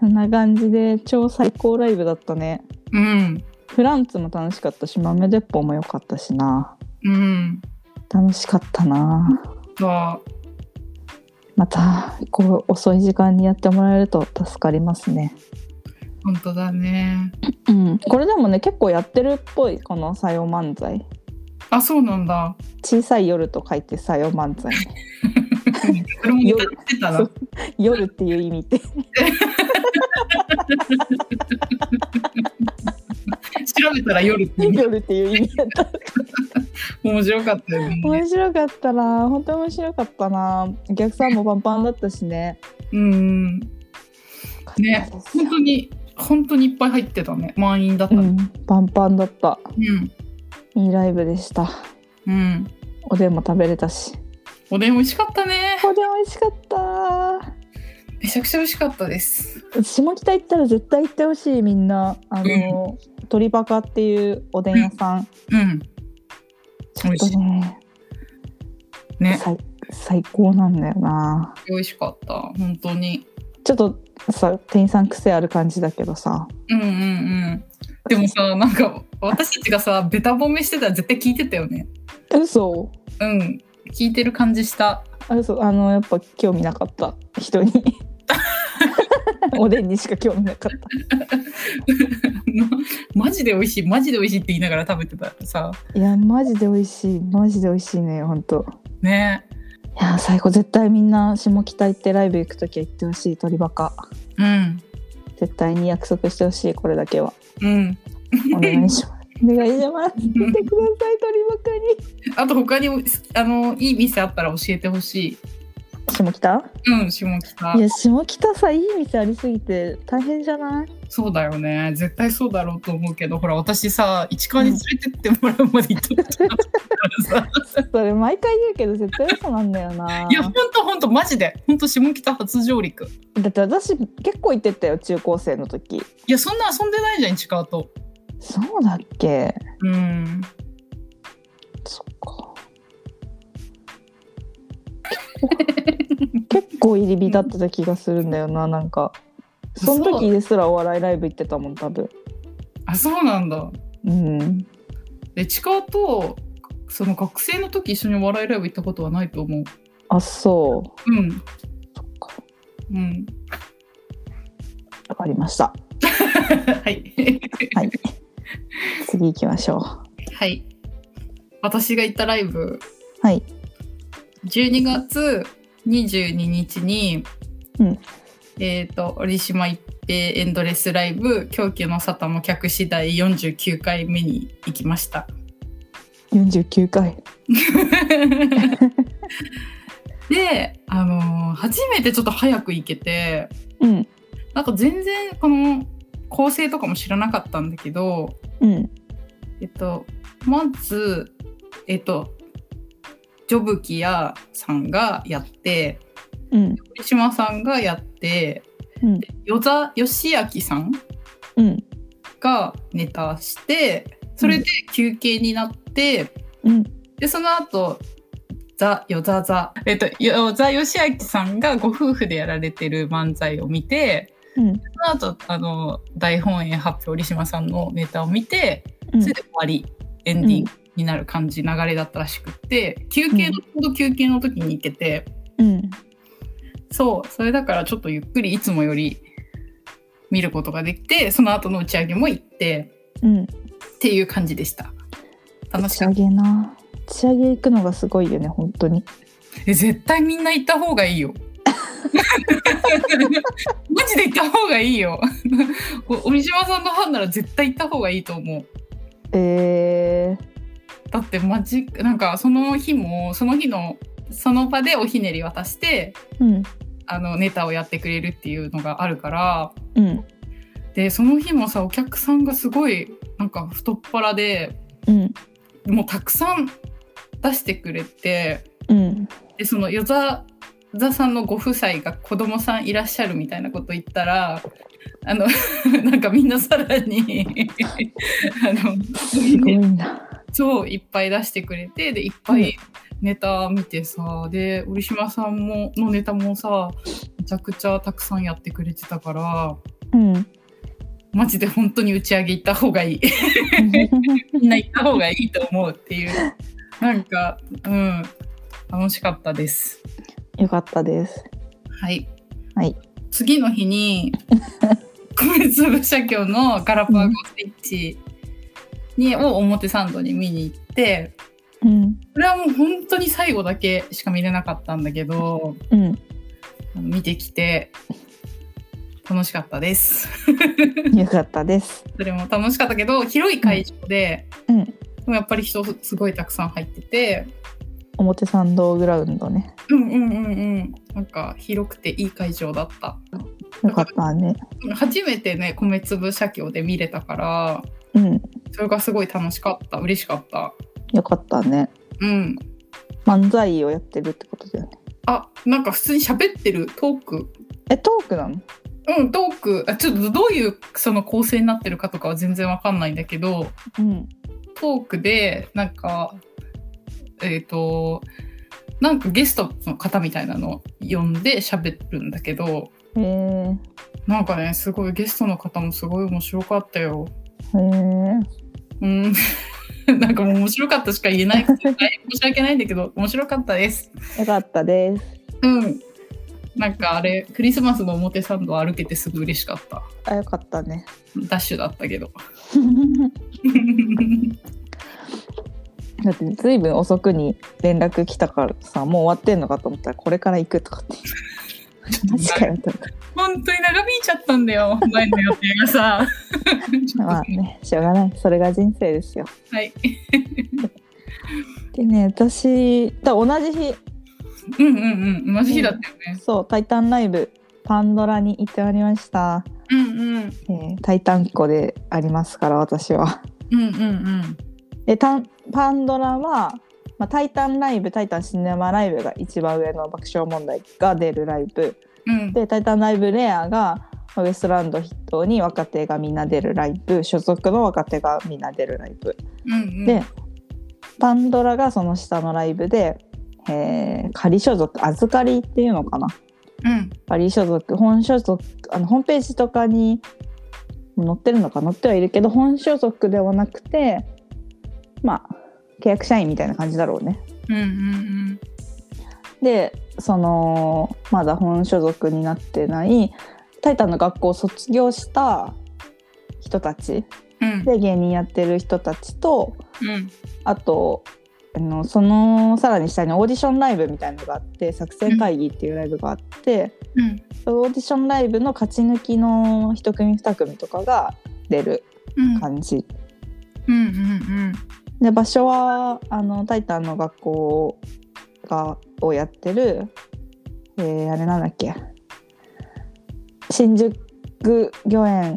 Speaker 1: ーそんな感じで超最高ライブだったね
Speaker 2: うん。
Speaker 1: フランツも楽しかったし豆鉄砲も良かったしな
Speaker 2: うん。
Speaker 1: 楽しかったな
Speaker 2: そう。
Speaker 1: またこう遅い時間にやってもらえると助かりますね
Speaker 2: 本当だね。
Speaker 1: うんこれでもね結構やってるっぽいこの「さよ漫才
Speaker 2: あ、そうなんだ。」
Speaker 1: 小さい夜と書いて「さよ漫才
Speaker 2: それも歌ってた
Speaker 1: そ
Speaker 2: ら
Speaker 1: う。」夜っていう意味で
Speaker 2: 調べたら夜って
Speaker 1: 夜っていう意味だった
Speaker 2: 面白かったよね。
Speaker 1: 面白かったな本当面白かったなお客さんもパンパンだったしね
Speaker 2: うん。ね
Speaker 1: よかったです
Speaker 2: 本
Speaker 1: よ
Speaker 2: 当に、本当にいっぱい入ってたね。満員だった
Speaker 1: う
Speaker 2: ね。
Speaker 1: んパンパンだった
Speaker 2: うん。
Speaker 1: いいライブでした
Speaker 2: うん。
Speaker 1: おでんも食べれたし
Speaker 2: おでん美味しかったね。
Speaker 1: おでん美味しかった
Speaker 2: めちゃくちゃ美味しかったです。
Speaker 1: 下北行ったら絶対行ってほしいみんなあの、鳥バカっていうおでん屋さん、
Speaker 2: うん。
Speaker 1: ちょっとね
Speaker 2: ね。
Speaker 1: 最最高なんだよな
Speaker 2: 美味しかった。本当に。
Speaker 1: ちょっとさ店員さん癖ある感じだけどさ
Speaker 2: うんうんうん。でもさ、なんか、私たちがさ、べた褒めしてたら絶対聞いてたよね。
Speaker 1: 嘘
Speaker 2: うん。聞いてる感じした。
Speaker 1: あ嘘あのやっぱ興味なかった人 におでんにしか興味なかっ
Speaker 2: マジで美味しい、マジで美味しいって言いながら食べてたからさ。
Speaker 1: たいやマジで美味しいマジで美味しいねほんと
Speaker 2: ね。
Speaker 1: いや最高絶対みんな下北行ってライブ行く時は行ってほしい鳥バカ
Speaker 2: うん。
Speaker 1: 絶対に約束してほしいこれだけは
Speaker 2: うん。
Speaker 1: お願いします。お願いします。見てください、鳥ばかり。
Speaker 2: あと他にもあのいい店あったら教えてほしい。
Speaker 1: 下北。
Speaker 2: うん、下北
Speaker 1: い。や、下北さ、いい店ありすぎて、大変じゃない。
Speaker 2: そうだよね。絶対そうだろうと思うけど、ほら私さ、市川に連れてってもらうまで行ったことな かったからさ。
Speaker 1: それ毎回言うけど、絶対嘘なんだよな。
Speaker 2: いや、ほんとほんと、マジで。ほんと下北初上陸。
Speaker 1: だって、私、結構行ってたよ、中高生の時。
Speaker 2: いや、そんな遊んでないじゃん、市川と。
Speaker 1: そうだっけ。
Speaker 2: うん。
Speaker 1: そっか。 結構入り火だってた気がするんだよな、なんか。その時ですらお笑いライブ行ってたもん、多分。
Speaker 2: あ、そうなんだ。
Speaker 1: うん。
Speaker 2: で、市川と、その学生の時一緒にお笑いライブ行ったことはないと思う。
Speaker 1: あ、そう。
Speaker 2: うん。
Speaker 1: そっか。
Speaker 2: うん。
Speaker 1: わかりました。
Speaker 2: はい。
Speaker 1: はい。次行きましょう。
Speaker 2: はい。私が行ったライブ。
Speaker 1: はい。
Speaker 2: 12月22日に、
Speaker 1: うん
Speaker 2: えっ、と、折島一平エンドレスライブ、狂気の沙汰も客次第49回目に行きま した。
Speaker 1: 49回
Speaker 2: で、あのー初めてちょっと早く行けて、
Speaker 1: うん
Speaker 2: なんか全然この構成とかも知らなかったんだけど、
Speaker 1: うん
Speaker 2: えっと、まず、えっと、ジョブキヤさんがやって、
Speaker 1: うん
Speaker 2: 堀島さんがやって、
Speaker 1: うん
Speaker 2: 与座義明さん
Speaker 1: うん
Speaker 2: がネタして、それで休憩になって、
Speaker 1: うん
Speaker 2: で、その後、ザ・ヨザザ。えっと、ヨザ・ヨシアキさんがご夫婦でやられてる漫才を見て、
Speaker 1: うん
Speaker 2: その後、あの、大本営発表、折島さんのネタを見て、
Speaker 1: うん
Speaker 2: それで終わり、エンディングになる感じ、流れだったらしくって、休憩の、ちょうど休憩の時に行けて、
Speaker 1: うん
Speaker 2: そう、それだからちょっとゆっくりいつもより見ることができて、その後の打ち上げも行って、
Speaker 1: うん
Speaker 2: っていう感じでした。楽
Speaker 1: 打
Speaker 2: し
Speaker 1: ち
Speaker 2: かっ
Speaker 1: 上げな打ち上げ行くのがすごいよね本当に
Speaker 2: え絶対みんな行った方がい いよ。マジで行った方がいいよ。お折島さんのファンなら絶対行った方がいいと思う。
Speaker 1: え
Speaker 2: だってマジなんかその日もその日のその場でおひねり渡して
Speaker 1: ー、うん
Speaker 2: あのネタをやってくれるっていうのがあるから
Speaker 1: うん
Speaker 2: でその日もさお客さんがすごいなんか太っ腹で
Speaker 1: うん
Speaker 2: もうたくさん出してくれて
Speaker 1: うん
Speaker 2: でその与座座さんのご夫妻が子供さんいらっしゃるみたいなこと言ったらあの なんかみんなさらに あ
Speaker 1: すごい
Speaker 2: の
Speaker 1: な
Speaker 2: 超いっぱい出してくれてでいっぱいネタ見てさで折島さんものネタもさめちゃくちゃたくさんやってくれてたから
Speaker 1: うん
Speaker 2: マジで本当に打ち上げ行った方がいいみんな行った方がいいと思うっていうなんかうん楽しかったです。
Speaker 1: よかったです
Speaker 2: はい。
Speaker 1: はい
Speaker 2: 次の日に米粒社協のガラパゴスイッチに、を表参道に見に行って
Speaker 1: うん
Speaker 2: これはもう本当に最後だけしか見れなかったんだけど
Speaker 1: うん
Speaker 2: あの見てきて楽しかったです。
Speaker 1: よかったです
Speaker 2: それも楽しかったけど広い会場で、
Speaker 1: うん
Speaker 2: でもやっぱり人すごいたくさん入ってて
Speaker 1: 表参道グラウンドね
Speaker 2: うんうんうんうんなんか広くていい会場だった。
Speaker 1: よかったね
Speaker 2: 初めてね米粒社協で見れたから
Speaker 1: うん
Speaker 2: それがすごい楽しかった嬉しかった
Speaker 1: よかったね
Speaker 2: うん
Speaker 1: 漫才をやってるってことだよね
Speaker 2: あなんか普通に喋ってるトーク
Speaker 1: えトークなの
Speaker 2: うんトークあちょっとどういうその構成になってるかとかは全然わかんないんだけど
Speaker 1: うん
Speaker 2: トークでなんかえっ、となんかゲストの方みたいなの呼んで喋るんだけど
Speaker 1: へえ
Speaker 2: なんかねすごいゲストの方もすごい面白かったよ
Speaker 1: へえ
Speaker 2: うん、 なんかもう面白かったしか言えないから大変申し訳ないんだけど面白かったです。
Speaker 1: よかったです
Speaker 2: うん。なんかあれクリスマスの表参道歩けてすごい嬉しかった。
Speaker 1: あよかったね
Speaker 2: ダッシュだったけど。
Speaker 1: だって随分遅くに連絡来たからさもう終わってんのかと思ったらこれから行くとかってマジかよと思っ
Speaker 2: 本当に長引いちゃったんだよ前の予定がさ。ち
Speaker 1: た
Speaker 2: ょっと
Speaker 1: まあ ねしょうがないそれが人生ですよ
Speaker 2: はい。
Speaker 1: でね私だ同じ日
Speaker 2: うんうんうん同じ日だったよね。
Speaker 1: そう「タイタンライブパンドラ」に行ってまいりました、
Speaker 2: うんうん
Speaker 1: えータイタンっ子でありますから私は
Speaker 2: うんうんうん
Speaker 1: でタンパンドラは、まあ、タイタンライブタイタンシネマライブが一番上の爆笑問題が出るライブ
Speaker 2: うん
Speaker 1: で「タイタンライブレア」がウエストランド筆頭に若手がみんな出るライブ所属の若手がみんな出るライブ
Speaker 2: うんうん
Speaker 1: でパンドラがその下のライブで、えー仮所属預かりっていうのかな
Speaker 2: うん
Speaker 1: パリ所属本所属あのホームページとかに載ってるのか載ってはいるけど本所属ではなくてまあ契約社員みたいな感じだろうね。
Speaker 2: うんうん
Speaker 1: でそのまだ本所属になってない「タイタン」の学校を卒業した人たち
Speaker 2: うん
Speaker 1: で芸人やってる人たちと
Speaker 2: うん
Speaker 1: あとあのそのさらに下にオーディションライブみたいのがあって作戦会議っていうライブがあって、
Speaker 2: うん
Speaker 1: そのオーディションライブの勝ち抜きの1組2組とかが出る
Speaker 2: うん
Speaker 1: 感じ
Speaker 2: うんうん
Speaker 1: で場所はあのタイタンの学校がをやってる、えーあれなんだっけ新宿御苑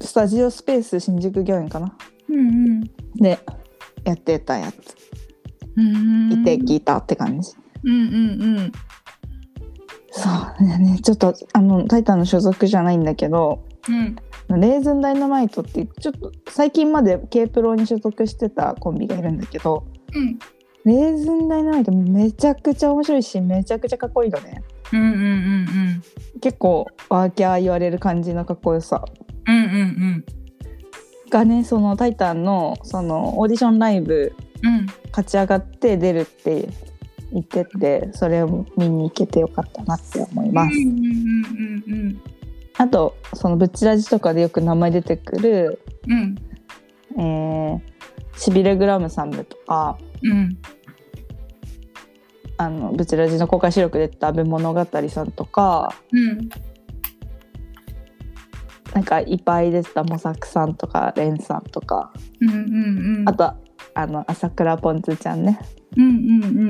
Speaker 1: スタジオスペース新宿御苑かな
Speaker 2: うんうん
Speaker 1: でやってたやつ
Speaker 2: うんうん
Speaker 1: いて聞いたって感じ、
Speaker 2: うんうんうん
Speaker 1: そうだねちょっとあのタイタンの所属じゃないんだけど
Speaker 2: うん
Speaker 1: レーズンダイナマイトってちょっと最近まで K プロに所属してたコンビがいるんだけど、
Speaker 2: うん
Speaker 1: レーズンダイナマイトめちゃくちゃ面白いしめちゃくちゃかっこいいのね
Speaker 2: うんうんうん
Speaker 1: 結構ワーキャー言われる感じのかっこよさ
Speaker 2: うんうんうん
Speaker 1: がねその「タイタンの」そのオーディションライブ
Speaker 2: うん
Speaker 1: 勝ち上がって出るって言っててそれを見に行けてよかったなって思います、
Speaker 2: うんうんうんうん
Speaker 1: あとその「ブチラジ」とかでよく名前出てくる、
Speaker 2: うん
Speaker 1: えーしびれグラムさんとか
Speaker 2: うん
Speaker 1: あのブチラジの公開収録で出た安倍物語さんとか
Speaker 2: うん
Speaker 1: なんかいっぱい出てたモサクさんとかレンさんとか
Speaker 2: うんうんうん
Speaker 1: あとあの朝倉ポンズちゃんね
Speaker 2: うんうんう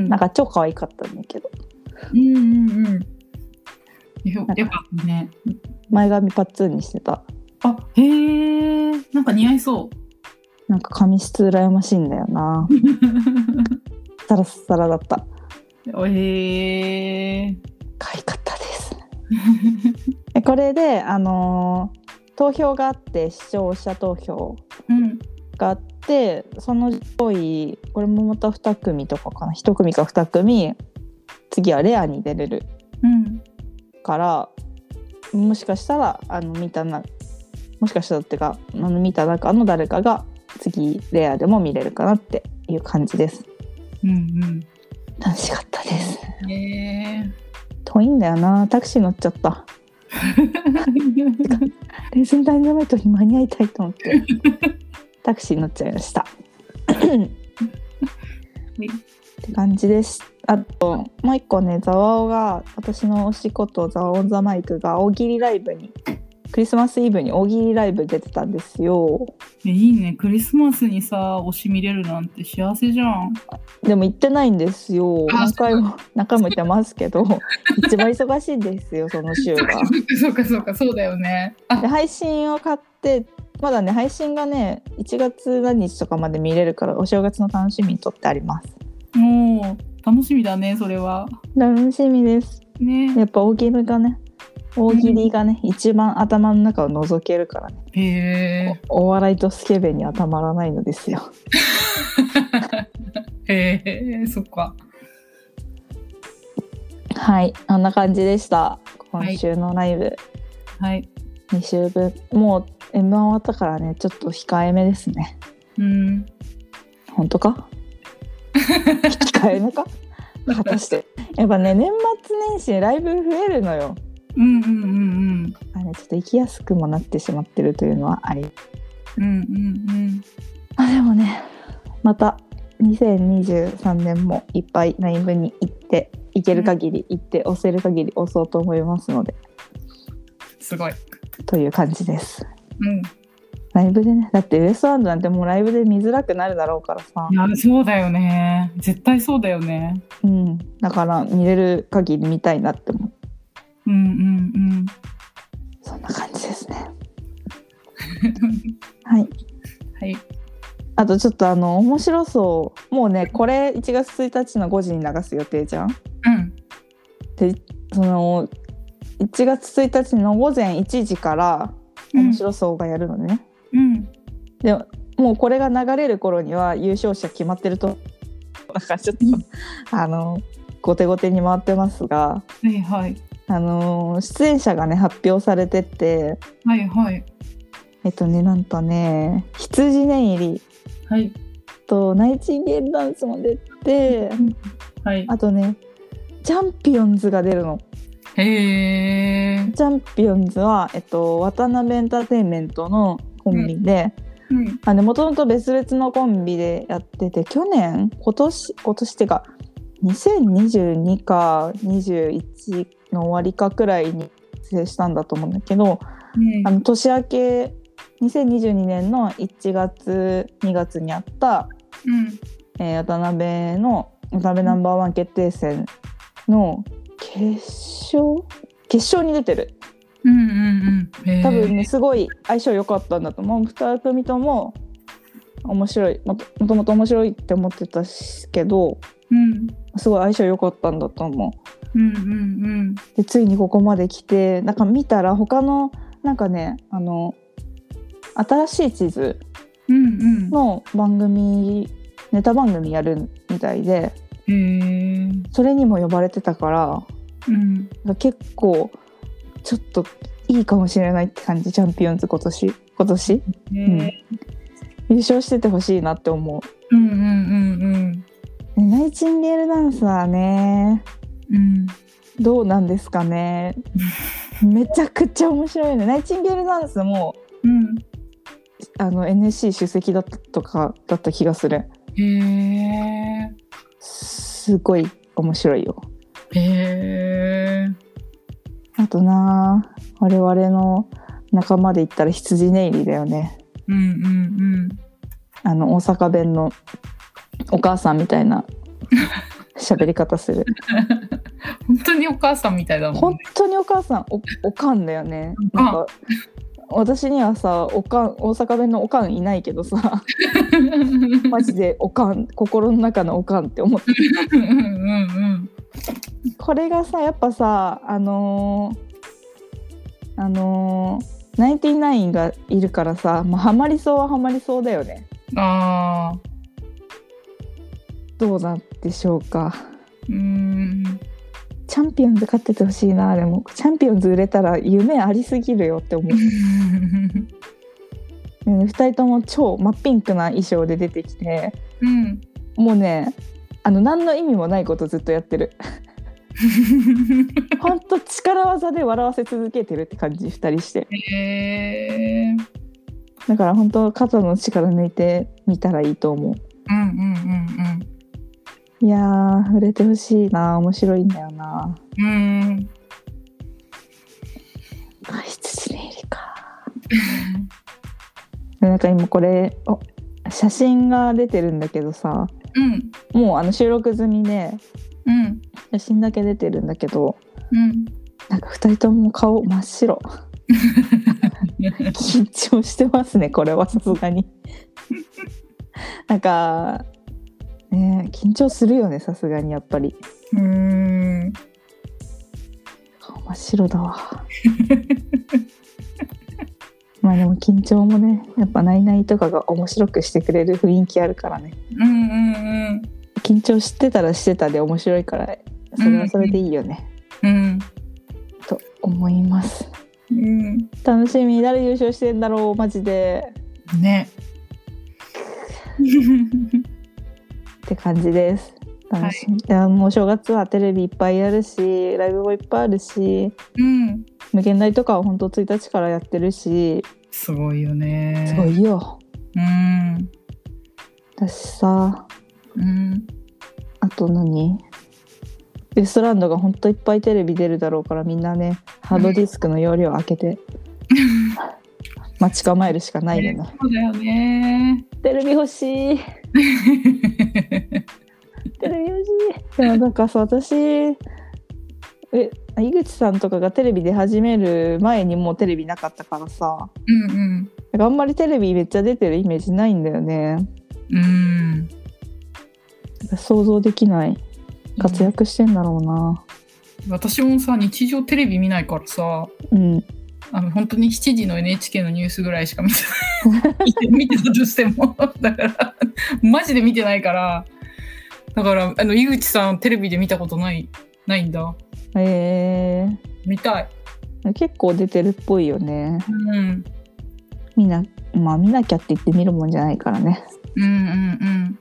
Speaker 2: ん
Speaker 1: なんか超可愛かったんだけど
Speaker 2: うんうんうんよよかったね
Speaker 1: 前髪パッツンにしてた
Speaker 2: あへえなんか似合いそう
Speaker 1: なんか髪質羨ましいんだよなサラサラだった
Speaker 2: へえ
Speaker 1: 可愛かったですえこれであのー投票があって視聴者投票
Speaker 2: うん
Speaker 1: があってその上位これもまた2組とかかな1組か2組次はレアに出れる
Speaker 2: うん
Speaker 1: からもしかしたらあの見たなもしかしたらっていうかあの見た中の誰かが次レアでも見れるかなっていう感じです
Speaker 2: うん
Speaker 1: 楽しかったです
Speaker 2: うんへえ
Speaker 1: 遠いんだよなタクシー乗っちゃったレーズンダイナマイトに間に合いたいと思ってタクシー乗っちゃいましたって感じですあともう一個ねザワオが私のお仕事ザワオンザマイクが大喜利ライブにクリスマスイブに大喜利ライブ出てたんですよ
Speaker 2: いいねクリスマスにさ推し見れるなんて幸せじゃん
Speaker 1: でも行ってないんですよ。
Speaker 2: あ
Speaker 1: 何回も何回も行ってますけど、一番忙しいんですよ、その週が。
Speaker 2: そうかそうかそうだよねあ
Speaker 1: で、配信を買って、まだね、配信がね、1月何日とかまで見れるから、お正月の楽しみにとってあります。
Speaker 2: もう楽しみだねそれは
Speaker 1: 楽しみです。
Speaker 2: ね
Speaker 1: やっぱ大喜利がね、大喜利がね、一番頭の中を覗けるからね、
Speaker 2: へえ
Speaker 1: おお笑いとスケベにはたまらないのですよ。
Speaker 2: へえそっか
Speaker 1: はい、あんな感じでした。今週のライブ、
Speaker 2: はい
Speaker 1: 2週分。もう M1 終わったからね、ちょっと控えめですね。
Speaker 2: うん
Speaker 1: 本当か控えめか果たしてやっぱね年末年始ライブ増えるのよ
Speaker 2: うんうんうん
Speaker 1: あれちょっと行きやすくもなってしまってるというのはあり
Speaker 2: うんうんうん
Speaker 1: あでもねまた2023年もいっぱいライブに行って行ける限り行って押せる限り押そうと思いますので、
Speaker 2: すごい
Speaker 1: という感じです
Speaker 2: うん
Speaker 1: ライブでねだってウエストランドなんてもうライブで見づらくなるだろうからさ
Speaker 2: いやそうだよね絶対そうだよね
Speaker 1: うんだから見れる限り見たいなって思う
Speaker 2: うんうん
Speaker 1: そんな感じです ね
Speaker 2: うん
Speaker 1: はい
Speaker 2: はい
Speaker 1: あとちょっとあの面白そうもうねこれ1月1日の5時に流す予定じゃん
Speaker 2: うん
Speaker 1: その1月1日の午前1時から面白そうがやるのね、
Speaker 2: うん
Speaker 1: でももうこれが流れる頃には優勝者決まってるとだからちょっと あの後手後手に回ってますが
Speaker 2: はいはい
Speaker 1: あの出演者がね発表されてって
Speaker 2: はいはい
Speaker 1: えっとねなんとね羊念入り
Speaker 2: はい
Speaker 1: とナイチンゲールダンスも出て
Speaker 2: はい
Speaker 1: あとねチャンピオンズが出るの
Speaker 2: へえ
Speaker 1: チャンピオンズは、えっと、渡辺エンターテインメントのコンビで
Speaker 2: うん
Speaker 1: あのもともと別々のコンビでやってて去年今年今年っていうか2022か21の終わりかくらいに制したんだと思うんだけど、
Speaker 2: うん
Speaker 1: あの年明け2022年の1月2月にあった、
Speaker 2: うん
Speaker 1: えー渡辺の渡辺ナンバーワン決定戦の決勝決勝に出てる
Speaker 2: うんうんうんへー
Speaker 1: 多分ねすごい相性良かったんだと思う2組とも面白いもともともと面白いって思ってたしけど
Speaker 2: うん
Speaker 1: すごい相性良かったんだと思う
Speaker 2: うんうん
Speaker 1: でついにここまで来てなんか見たら他のなんかねあの新しい地図
Speaker 2: うんうんうん
Speaker 1: の番組ネタ番組やるみたいで
Speaker 2: へー
Speaker 1: それにも呼ばれてたから
Speaker 2: うん
Speaker 1: なんか結構ちょっといいかもしれないって感じチャンピオンズ今年今年
Speaker 2: へー
Speaker 1: 優勝しててほしいなって思
Speaker 2: うんうんうん
Speaker 1: うねナイチンゲールダンサーね
Speaker 2: うんうん
Speaker 1: どうなんですかね めちゃくちゃ面白いねナイチンゲールダンスも
Speaker 2: うん
Speaker 1: あの NSC 出席だったとかだった気がする
Speaker 2: へ
Speaker 1: すごい面白いよ
Speaker 2: えへー
Speaker 1: あとな我々の仲間で言ったら羊ネイリだよね
Speaker 2: うんうん
Speaker 1: あの大阪弁のお母さんみた いな喋り方する
Speaker 2: うん本当にお母さんみたいだもん
Speaker 1: 本
Speaker 2: ね
Speaker 1: 当にお母さんおおかんだよね
Speaker 2: おかん
Speaker 1: なんか私にはさおかん大阪弁のおかんいないけど さマジでおかん心の中のおかんって思って
Speaker 2: うんうんうん
Speaker 1: これがさやっぱさあのーあのーナインティナインがいるからさ、まあ、ハマりそうはハマりそうだよね
Speaker 2: ああ
Speaker 1: どうなんでしょうか
Speaker 2: うーん
Speaker 1: チャンピオンズ勝っててほしいなでもチャンピオンズ売れたら夢ありすぎるよって思う、ね、2人とも超真っピンクな衣装で出てきて
Speaker 2: うん
Speaker 1: もうねあの何の意味もないことずっとやってるほんと力技で笑わせ続けてるって感じ2人して
Speaker 2: へえ
Speaker 1: だから本当肩の力抜いてみたらいいと思う
Speaker 2: うんうんうん
Speaker 1: いやー、触れてほしいな、面白いんだよな。
Speaker 2: うんうん
Speaker 1: あ、羊ネイリか。なんか今これ、お写真が出てるんだけどさ、
Speaker 2: うん
Speaker 1: もうあの収録済みで、
Speaker 2: うん
Speaker 1: 写真だけ出てるんだけど、
Speaker 2: うん
Speaker 1: なんか二人とも顔真っ白。緊張してますね、これはさすがに。 なんか、ねえ、緊張するよね、さすがにやっぱり。
Speaker 2: うーん
Speaker 1: 顔真っ白だわまあでも緊張もねやっぱ「ナイナイ」とかが面白くしてくれる雰囲気あるからね
Speaker 2: うんうん
Speaker 1: 緊張してたらしてたで面白いからそれはそれでいいよね、
Speaker 2: うん
Speaker 1: と思います
Speaker 2: うん
Speaker 1: 楽しみ誰優勝してんだろうマジで
Speaker 2: うんね
Speaker 1: って感じです楽しみ、いやもう正月はテレビいっぱいあるしライブもいっぱいあるし
Speaker 2: うん
Speaker 1: 無限大とかは本当1日からやってるし
Speaker 2: すごいよね
Speaker 1: すごいよ、
Speaker 2: うん
Speaker 1: だしさ
Speaker 2: うん
Speaker 1: あと何ウエストランドがほんといっぱいテレビ出るだろうからみんなねハードディスクの容量を空け て待ち構えるしかないよな、
Speaker 2: そうだよね
Speaker 1: テレビ欲しいテレビ欲しいでもなんかさ私え井口さんとかがテレビ出始める前にもうテレビなかったからさ
Speaker 2: うんうん
Speaker 1: なんかあんまりテレビめっちゃ出てるイメージないんだよね
Speaker 2: うん
Speaker 1: なんか想像できない活躍してんだろうな
Speaker 2: 私もさ日常テレビ見ないからさ
Speaker 1: うん
Speaker 2: あの本当に7時の NHK のニュースぐらいしか見てない 見てたとしても だからマジで見てないからだからあの井口さんテレビで見たことないないんだ
Speaker 1: え
Speaker 2: 見たい
Speaker 1: ー、結構出てるっぽいよね
Speaker 2: うん
Speaker 1: みんなまあ見なきゃって言って見るもんじゃないからね
Speaker 2: うんうん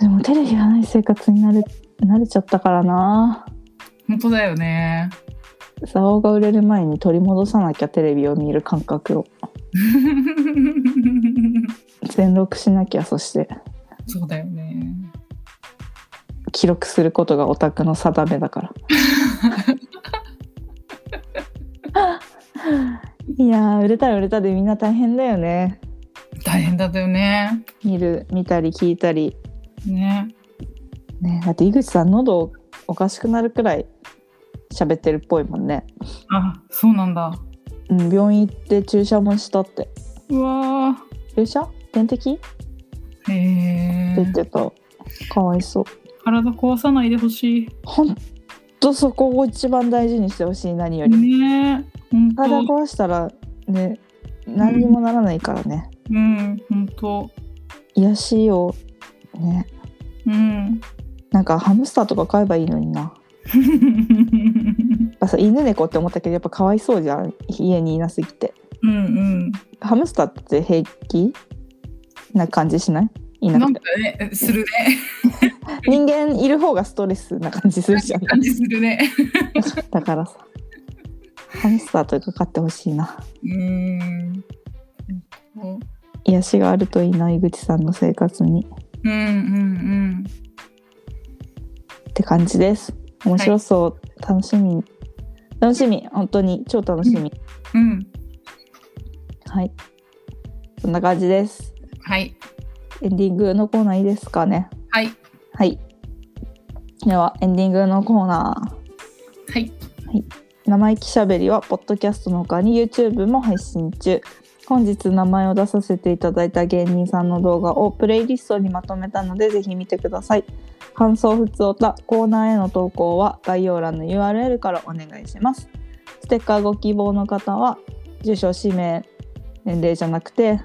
Speaker 1: でもテレビがない生活になれ慣れちゃったからな
Speaker 2: 本当だよね
Speaker 1: 竿が売れる前に取り戻さなきゃテレビを見る感覚を全録しなきゃそして
Speaker 2: そうだよね
Speaker 1: 記録することがオタクの定めだからいやー売れたら売れたでみんな大変だよね
Speaker 2: 大変だったよね。
Speaker 1: 見る見たり聞いたり
Speaker 2: ね。
Speaker 1: ねだって井口さん喉おかしくなるくらい喋ってるっぽいもんね、
Speaker 2: あ、そうなんだ。
Speaker 1: うん、病院行って注射もしたって
Speaker 2: うわ
Speaker 1: 注射点滴って
Speaker 2: ー。へ
Speaker 1: 言っ
Speaker 2: ー。
Speaker 1: てた、かわいそう
Speaker 2: 体壊さないでほし
Speaker 1: ほんとそこを一番大事にしてほしい何よ
Speaker 2: い。
Speaker 1: り、
Speaker 2: ねえ。本
Speaker 1: 体
Speaker 2: 当。
Speaker 1: 壊したらね何にもならないからね、
Speaker 2: うん、本当。
Speaker 1: 癒しをね
Speaker 2: うん。
Speaker 1: なんかハムスターとか飼えばいいのになやっぱさ犬猫って思ったけどやっぱかわいそうじゃん家にいなすぎて
Speaker 2: うんうん。
Speaker 1: ハムスターって平気な感じしないいな
Speaker 2: な
Speaker 1: く
Speaker 2: ん
Speaker 1: て
Speaker 2: かね、するね。
Speaker 1: 人間いる方がストレスな感じする じゃん
Speaker 2: 感じするね。
Speaker 1: だからさハムスターとか飼ってほしいな
Speaker 2: うん。うん
Speaker 1: 癒しがあるといいな井口さんの生活に
Speaker 2: うんうん。
Speaker 1: って感じです面白そう、楽しみ楽しみ本当に超楽しみ、
Speaker 2: うん。
Speaker 1: はいそんな感じです
Speaker 2: はい。
Speaker 1: エンディングのコーナーいいですかね
Speaker 2: はい。
Speaker 1: はいではエンディングのコーナ
Speaker 2: はい。
Speaker 1: ー生意気しゃべりはポッドキャストのほかに YouTube も配信中本日名前を出させていただいた芸人さんの動画をプレイリストにまとめたのでぜひ見てください感想ふつおたコーナーへの投稿は概要欄の URL からお願いしますステッカーご希望の方は住所氏名年齢じゃなくて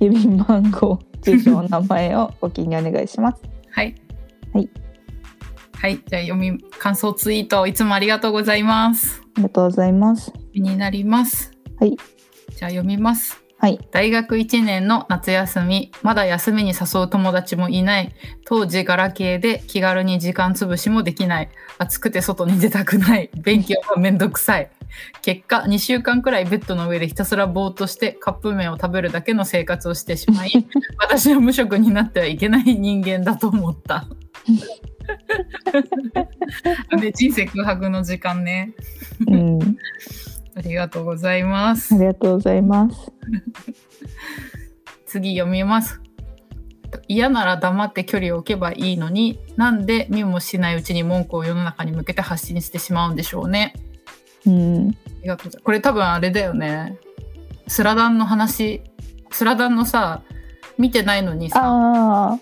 Speaker 1: 郵便番号住所お名前をご記入お願いします
Speaker 2: はい。
Speaker 1: はい。
Speaker 2: はい。じゃあ読み、感想ツイート、いつもありがとうございます。
Speaker 1: ありがとうございます。
Speaker 2: 気になります。
Speaker 1: はい。
Speaker 2: じゃあ読みます。
Speaker 1: はい。
Speaker 2: 大学1年の夏休みまだ休みに誘う友達もいない当時ガラケーで気軽に時間つぶしもできない暑くて外に出たくない勉強はめんどくさい結果2週間くらいベッドの上でひたすらぼーっとしてカップ麺を食べるだけの生活をしてしまい私は無職になってはいけない人間だと思ったで人生空白の時間ね
Speaker 1: うん、
Speaker 2: ありがとうございます
Speaker 1: ありがとうございます。
Speaker 2: 次読みます嫌なら黙って距離を置けばいいのになんで見もしないうちに文句を世の中に向けて発信してしまうんでしょうね
Speaker 1: うん、
Speaker 2: ありがとうございますこれ多分あれだよねスラダンの話スラダンのさ見てないのにさ
Speaker 1: あ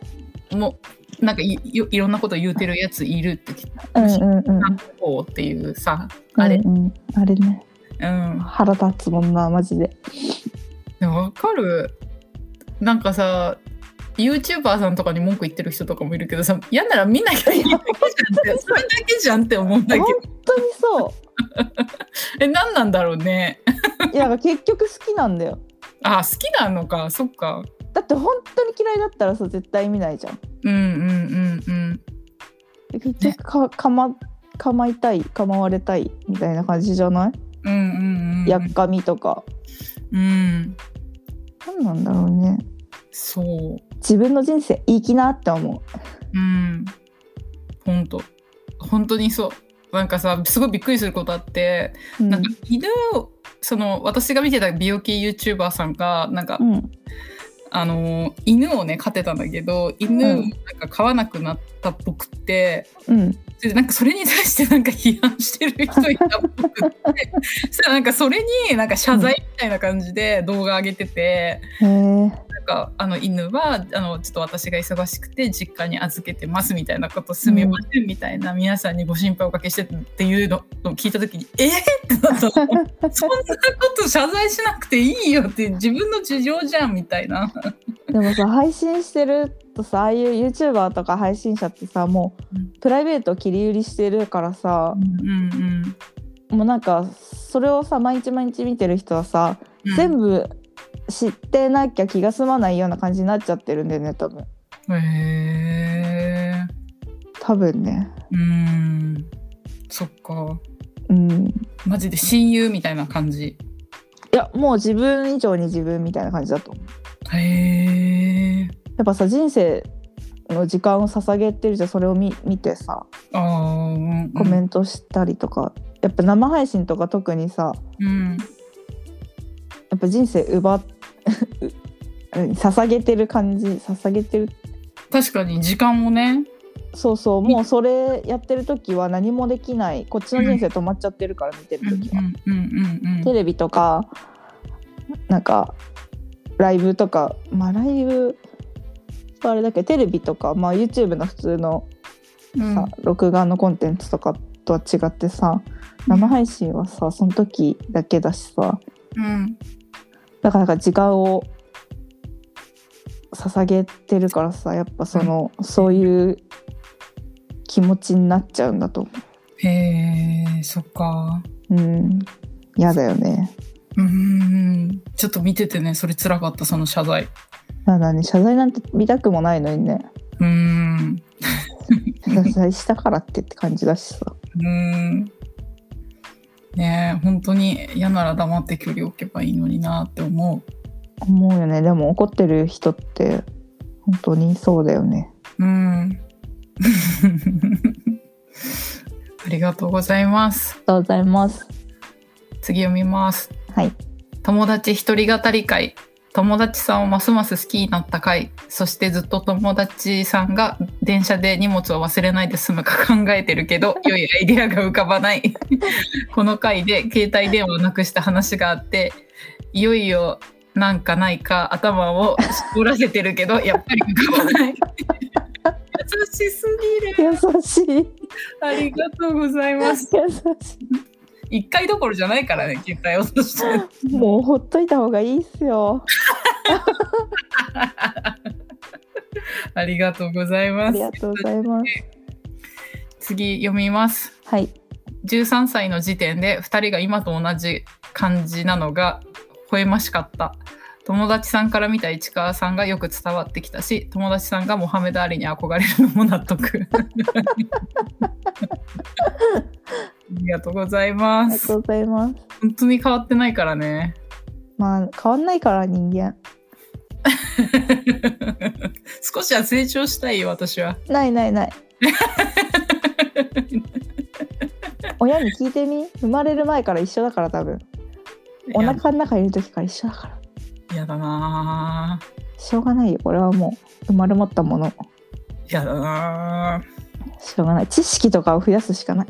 Speaker 2: もうなんかいいいろんなこと言うてるやついるって
Speaker 1: あ、うんうんうん。
Speaker 2: なんかこうっていうさあれ
Speaker 1: うんうん、あれね、
Speaker 2: うん
Speaker 1: 腹立つもんな、マジで。
Speaker 2: でもわかるなんかさ YouTuber さんとかに文句言ってる人とかもいるけどさ嫌なら見なきゃいいだけじゃんってそれだけじゃんって思うんだけ
Speaker 1: 本
Speaker 2: ど
Speaker 1: 当にそ
Speaker 2: え何なんだろうね
Speaker 1: う。いや、結局好きなんだよ。
Speaker 2: あ好きなのかそっか
Speaker 1: だって本当に嫌いだったらさ、絶対見ないじゃん。
Speaker 2: うんうんうんうん
Speaker 1: 結局か、かま、かまいたい、かまわれたいみたいな感じじゃない。
Speaker 2: うんうんうん
Speaker 1: やっかみとか。
Speaker 2: うん
Speaker 1: なんなんだろうね。
Speaker 2: そう
Speaker 1: 自分の人生、いいきなって思
Speaker 2: うん本当本当にそうなんかさすごいびっくりすることあって、
Speaker 1: う。うん
Speaker 2: なんか犬をその私が見てた美容系 YouTuber さんがなんか、
Speaker 1: うん、
Speaker 2: あのー犬をね飼ってたんだけど犬
Speaker 1: う
Speaker 2: を
Speaker 1: ん
Speaker 2: なんか飼わなくなったっぽくて、
Speaker 1: うん、
Speaker 2: でなんかそれに対してなんか批判してる人いたっぽくて そしたらなんかそれになんか謝罪みたいな感じで動画上げてて、
Speaker 1: へえ、
Speaker 2: なんかあの犬はあのちょっと私が忙しくて実家に預けてますみたいなことすみませんみたいな、皆さんにご心配おかけしてっていうのを聞いた時にえー、ってな ったのそんなこと謝罪しなくていいよって自分の事情じゃんみたいな。
Speaker 1: でもさ配信してるとさああいう YouTuber とか配信者ってさもう、
Speaker 2: うん
Speaker 1: プライベートを切り売りしてるからさ
Speaker 2: う、んうん
Speaker 1: もうなんかそれをさ毎日毎日見てる人はさ、
Speaker 2: うん
Speaker 1: 全部知ってなきゃ気が済まないような感じになっちゃってるんだよね多分
Speaker 2: へえ。
Speaker 1: 多分ね
Speaker 2: うーん。そっか。
Speaker 1: うんい
Speaker 2: マジで親友みたいな感じ。
Speaker 1: やもう自分以上に自分みたいな感じだと思う
Speaker 2: へえ。
Speaker 1: やっぱさ人生の時間を捧げてるじゃんそれを見見てさ
Speaker 2: あーうん
Speaker 1: コメントしたりとか、やっぱ生配信とか特にさ
Speaker 2: うん
Speaker 1: やっぱ人生奪っ 何捧げてる感じ捧げてる
Speaker 2: 確かに時間をね
Speaker 1: そうそうもうそれやってる時は何もできないこっちの人生止まっちゃってるから見て
Speaker 2: うん
Speaker 1: る時は、
Speaker 2: うんうんう
Speaker 1: テ
Speaker 2: ん
Speaker 1: レビとかなんかライブとかまあライブあれだけどテレビとか、まあ、YouTube の普通の
Speaker 2: うん
Speaker 1: さ、録画のコンテンツとかとは違ってさ生配信はさその時だけだしさ
Speaker 2: うん
Speaker 1: だからなんか時間を捧げてるからさやっぱその、そういう気持ちになっちゃうんだと思
Speaker 2: へえそっか
Speaker 1: ううん嫌だよね
Speaker 2: うんうんうんちょっと見ててねそれ辛かったその謝罪
Speaker 1: なんだね謝罪なんて見たくもないのにね
Speaker 2: うん
Speaker 1: 謝罪したからってって感じだしさ
Speaker 2: うんねえ本当に嫌なら黙って距離を置けばいいのになって思
Speaker 1: 思うよねでも怒ってる人って本当にそうだよね
Speaker 2: ううん ありがとうございます
Speaker 1: ありがとうございます
Speaker 2: 次読みます
Speaker 1: はい
Speaker 2: 友達一人語り会友達さんをますます好きになった会そしてずっと友達さんが電車で荷物を忘れないで済むか考えてるけ ど良いアイデアが浮かばないこの回で携帯電話をなくした話があっていよいよなんかないか頭を絞らせてるけどやっぱり浮かば ない優しすぎる
Speaker 1: 優しい優
Speaker 2: ありがとうございます
Speaker 1: し
Speaker 2: 一回どころじゃないからね携帯落とし てる
Speaker 1: いもうほっといた方がいいっすよ
Speaker 2: ありがとうござい
Speaker 1: あ
Speaker 2: ます
Speaker 1: りがとうございます
Speaker 2: 次読みます
Speaker 1: はい
Speaker 2: 13歳の時点で2人が今と同じ感じなのが微笑ましかった友達さんから見た市川さんがよく伝わってきたし友達さんがモハメド・アリに憧れるのも納得ありがとうござい
Speaker 1: あ
Speaker 2: ま
Speaker 1: りが
Speaker 2: す
Speaker 1: とうございます
Speaker 2: 本当に変わってないからね
Speaker 1: まあ変わんないから人間
Speaker 2: 少しは成長したいよ私は
Speaker 1: ないない ない親に聞いてみ生まれる前から一緒だから多分お腹の中にいる時から一緒だから
Speaker 2: やだなぁ
Speaker 1: しょうがないよこれはもう生まれ持ったもの
Speaker 2: やだなぁ
Speaker 1: しょうがない知識とかを増やすしかない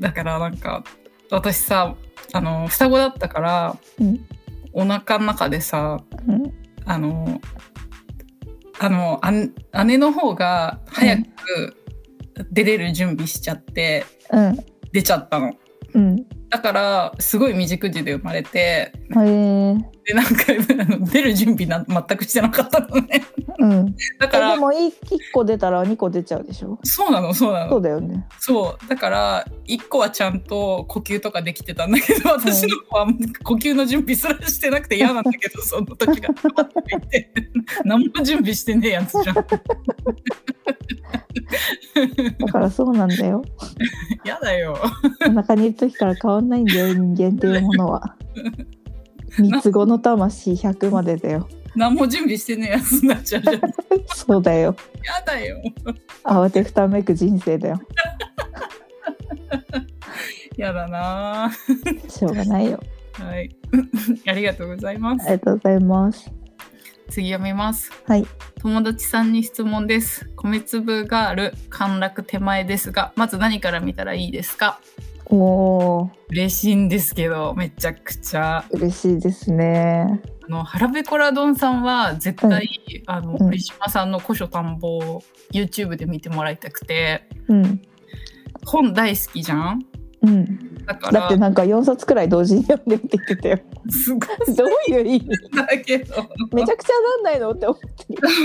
Speaker 2: だからなんか私さあの双子だったから
Speaker 1: うん
Speaker 2: お腹の中でさ
Speaker 1: うん
Speaker 2: あのあのあん姉の方が早く出れる準備しちゃって、
Speaker 1: うん
Speaker 2: 出ちゃったの
Speaker 1: うん
Speaker 2: だからすごい未熟児で生まれて
Speaker 1: へえ
Speaker 2: でなんか あの出る準備な全くしてなかったのね
Speaker 1: うん
Speaker 2: だか
Speaker 1: えで
Speaker 2: ら
Speaker 1: もい1個出たら2個出ちゃうでしょ
Speaker 2: そうなのそうな
Speaker 1: そう
Speaker 2: の
Speaker 1: だよね
Speaker 2: そうだから1個はちゃんと呼吸とかできてたんだけど私の方は呼吸の準備すらしてなくて嫌なんだけどその時が 何も準備してねえやつじゃん
Speaker 1: だからそうなんだよ
Speaker 2: 嫌だよ
Speaker 1: お腹にいる時から変わんないんだよ人間っていうもの は三つ子の魂100までだよ
Speaker 2: 何も準備してねえやつになっちゃうじゃん嫌
Speaker 1: そうだよ
Speaker 2: だよ
Speaker 1: 慌てふためく人生だよ
Speaker 2: 嫌だな
Speaker 1: しょうがないよ
Speaker 2: はい ありがとうございま
Speaker 1: あ
Speaker 2: す
Speaker 1: りがとうございます
Speaker 2: 次読みます
Speaker 1: はい
Speaker 2: 友達さんに質問です米粒がある陥落手前ですがまず何から見たらいいですか
Speaker 1: おお
Speaker 2: 嬉しいんですけどめちゃくちゃ
Speaker 1: ー嬉しいですね
Speaker 2: あの腹ペコラ丼さんは絶対、あの
Speaker 1: うん
Speaker 2: 堀島さんの古書探訪を YouTube で見てもらいたくて
Speaker 1: うん
Speaker 2: 本大好きじゃん
Speaker 1: うん
Speaker 2: だか
Speaker 1: だっ
Speaker 2: ら
Speaker 1: てなんか4冊くらい同時に読んでって言ってた よ
Speaker 2: すごい
Speaker 1: どういう 意味
Speaker 2: だけど
Speaker 1: めちゃくちゃなんないのって思ってる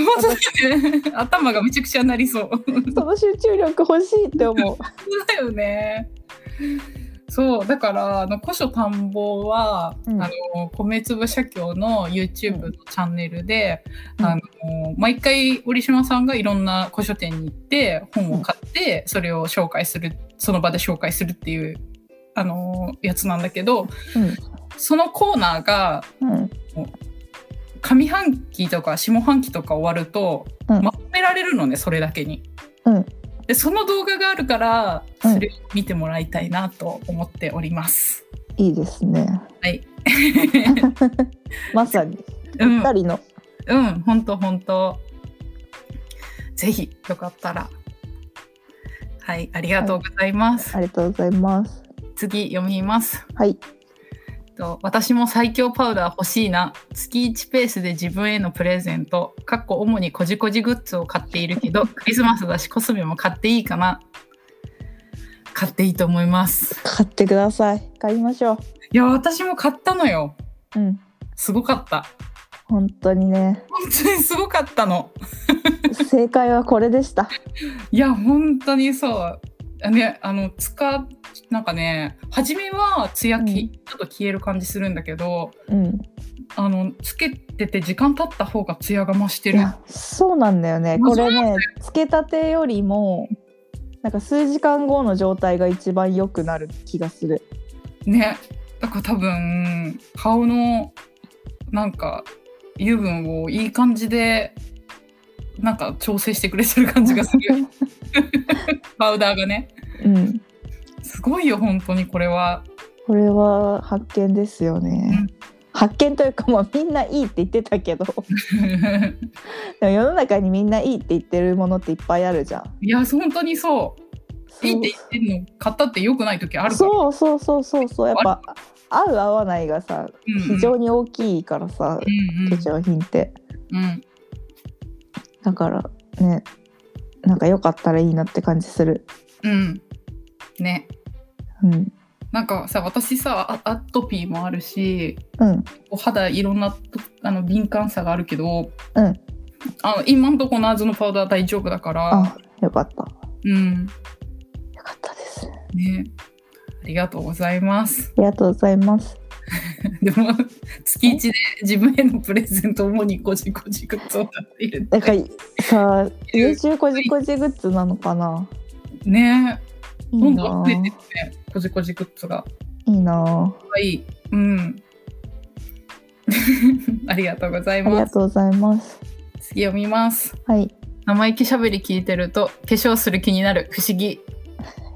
Speaker 2: 本当にね頭がめちゃくちゃなりそう本
Speaker 1: その集中力欲しいって思う
Speaker 2: 当だよねそうだからあの古書探訪は、
Speaker 1: うん
Speaker 2: あの米粒社協の YouTube のチャンネルで、
Speaker 1: うん
Speaker 2: あの毎回折島さんがいろんな古書店に行って本を買って、それを紹介するその場で紹介するっていうあのやつなんだけどそのコーナーが
Speaker 1: うんうん
Speaker 2: 上半期とか下半期とか終わると、
Speaker 1: うん
Speaker 2: まとめめられるのねそれだけに。
Speaker 1: うん
Speaker 2: でその動画があるから
Speaker 1: うん
Speaker 2: それを見てもらいたいなと思っております。
Speaker 1: いいですね。
Speaker 2: はい。
Speaker 1: まさに
Speaker 2: うん、
Speaker 1: 二人の
Speaker 2: うん、本当本当。ぜひよかったら。はい、ありがとうございます。
Speaker 1: ありがとうございます。
Speaker 2: 次読みます。
Speaker 1: はい。
Speaker 2: と私も最強パウダー欲しいな月1ペースで自分へのプレゼントかっこ主にこじこじグッズを買っているけどクリスマスだしコスメも買っていいかな買っていいと思います
Speaker 1: 買ってください。買いましょう。
Speaker 2: いや私も買ったのよ
Speaker 1: うん。
Speaker 2: すごかった
Speaker 1: 本当にね。
Speaker 2: 本当にすごかったの
Speaker 1: 正解はこれでした。
Speaker 2: いや本当にそうねあの使っなんかね初めはツヤき、
Speaker 1: うん
Speaker 2: ちょっと消える感じするんだけど
Speaker 1: うん。
Speaker 2: あのつけてて時間経った方がツヤが増して
Speaker 1: い
Speaker 2: る
Speaker 1: や、そうなんだよね。これね、つけたてよりも。なんか数時間後の状態が一番良くなる気がする。
Speaker 2: ねだから多分顔のなんか油分をいい感じでなんか調整してくれてる感じが するパウダーがね
Speaker 1: うん。
Speaker 2: すごいよ本当にこれは
Speaker 1: これは発見ですよね。発見というか、まあ、みんないいって言ってた けど。でも世の中にみんないいって言ってるものっていっぱいあるじゃん。
Speaker 2: いや本当にそういいって言ってるの買ったって良くない時あるから
Speaker 1: そうそうそうそうそうやっぱ合う合わないがさ
Speaker 2: うんうん
Speaker 1: 非常に大きいからさ、
Speaker 2: うん
Speaker 1: 化粧品って
Speaker 2: うんうん
Speaker 1: だからねなんか良かったらいいなって感じする
Speaker 2: うんね
Speaker 1: うん
Speaker 2: なんかさ私さアアトピーもあるし
Speaker 1: うん
Speaker 2: お肌いろんなとあの敏感さがあるけど、
Speaker 1: うん
Speaker 2: あの今んとこのズのパウダー大丈夫だから
Speaker 1: あよかったよ
Speaker 2: うん
Speaker 1: かったですあ
Speaker 2: ねありがとうございます
Speaker 1: りがとうございます
Speaker 2: でも月1で自分へのプレゼントを主にこじこじグッズを買っている
Speaker 1: なんかさ家中こじこじグッズなのかな
Speaker 2: ね
Speaker 1: い
Speaker 2: ど
Speaker 1: い
Speaker 2: んどん
Speaker 1: な
Speaker 2: 増えてるねこじこじグッズが
Speaker 1: いいな
Speaker 2: はいうん ありがとうござい
Speaker 1: あり
Speaker 2: ま
Speaker 1: が
Speaker 2: す
Speaker 1: とうございます
Speaker 2: 次読みます
Speaker 1: はい
Speaker 2: 生意気しゃべり聞いてると化粧する気になる不思 議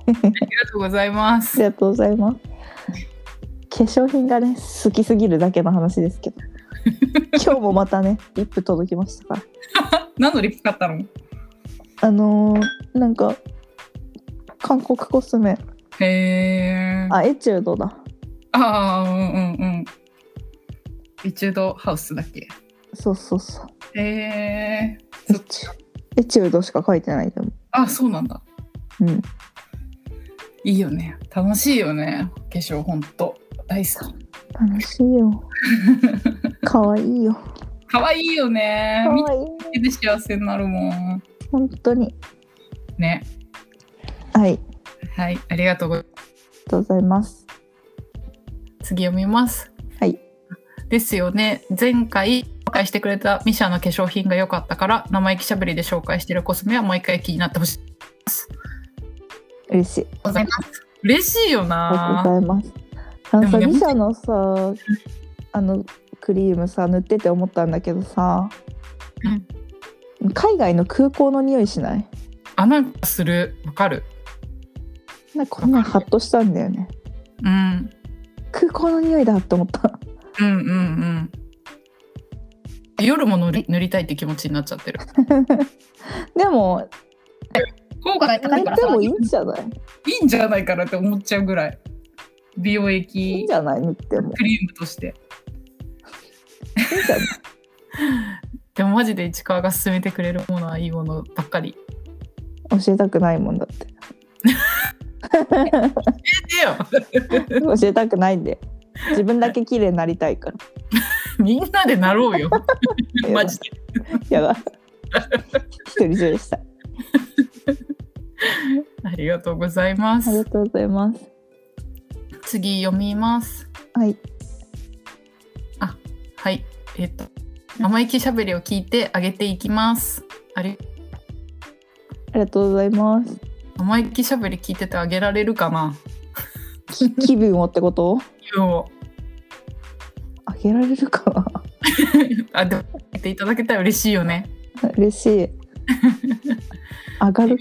Speaker 2: ありがとうございま
Speaker 1: あ
Speaker 2: す
Speaker 1: りがとうございます化粧品がね好きすぎるだけの話です けど今日もまたねリップ届きましたから
Speaker 2: 何のリップ買ったの
Speaker 1: あのー、なんか韓国コスメ
Speaker 2: へえ。あ
Speaker 1: あエチュードだ
Speaker 2: あー、うんうんうん。エチュードハウスだっけ
Speaker 1: そうそうそう
Speaker 2: へえ。
Speaker 1: エ
Speaker 2: そっ
Speaker 1: チュエチュードしか書いてないでも
Speaker 2: あ、そうなんだ。
Speaker 1: うん
Speaker 2: いいよね。楽しいよね。化粧ほんと。大好き。
Speaker 1: 楽しい よかわいいよ
Speaker 2: かわいいよね
Speaker 1: か。
Speaker 2: 見て
Speaker 1: わいい
Speaker 2: るだけで幸せになるもん。
Speaker 1: 本当に
Speaker 2: ね。
Speaker 1: はいあり
Speaker 2: はい。ありがとうございます。
Speaker 1: がとうございます
Speaker 2: 次読みます。
Speaker 1: はい。
Speaker 2: ですよね。前回紹介してくれたミシャの化粧品が良かったから、生意気しゃべりで紹介してるコスメはもう一回気になってほしい。
Speaker 1: 嬉しい
Speaker 2: ございます。嬉しいよ
Speaker 1: ありが
Speaker 2: な
Speaker 1: とう。ございますあの
Speaker 2: でも
Speaker 1: さ
Speaker 2: ね
Speaker 1: ミシャのさあのクリームさ塗ってて思ったんだけどさ、海外の空港の匂いしない
Speaker 2: あなんかするわかる
Speaker 1: なんかこんなんハッとしたんだよね
Speaker 2: うん
Speaker 1: 空港の匂いだって思った
Speaker 2: うんうんうん夜も塗り塗りたいって気持ちになっちゃってる
Speaker 1: でも
Speaker 2: 効果が高
Speaker 1: 泣
Speaker 2: い
Speaker 1: い
Speaker 2: から
Speaker 1: て
Speaker 2: さ
Speaker 1: も
Speaker 2: い
Speaker 1: いいんじゃない
Speaker 2: いんじゃないかなって思っちゃうぐらい美容
Speaker 1: いいん
Speaker 2: 液
Speaker 1: じゃない塗っても
Speaker 2: クリームとして
Speaker 1: いいんじゃない
Speaker 2: でもマジで市川が勧めてくれるものはいいものばっかり
Speaker 1: 教えたくないもんだって
Speaker 2: ええ
Speaker 1: 教えたくないんで自分だけ綺麗になりたいから
Speaker 2: よみんなでなろう よマジで
Speaker 1: やだ一人中でしたあ
Speaker 2: ありがとうござい
Speaker 1: り
Speaker 2: ま
Speaker 1: が
Speaker 2: す
Speaker 1: とうございます
Speaker 2: 次読みます
Speaker 1: はい
Speaker 2: はいえっと生意気しゃべりを聞いてあげていきますあり
Speaker 1: ありがとうございます
Speaker 2: 生意気しゃべり聞いててあげられるかな
Speaker 1: き 気分をってこと
Speaker 2: よ
Speaker 1: あげられるか
Speaker 2: うあでも言っていただけたら嬉しいよね
Speaker 1: な嬉しい上がる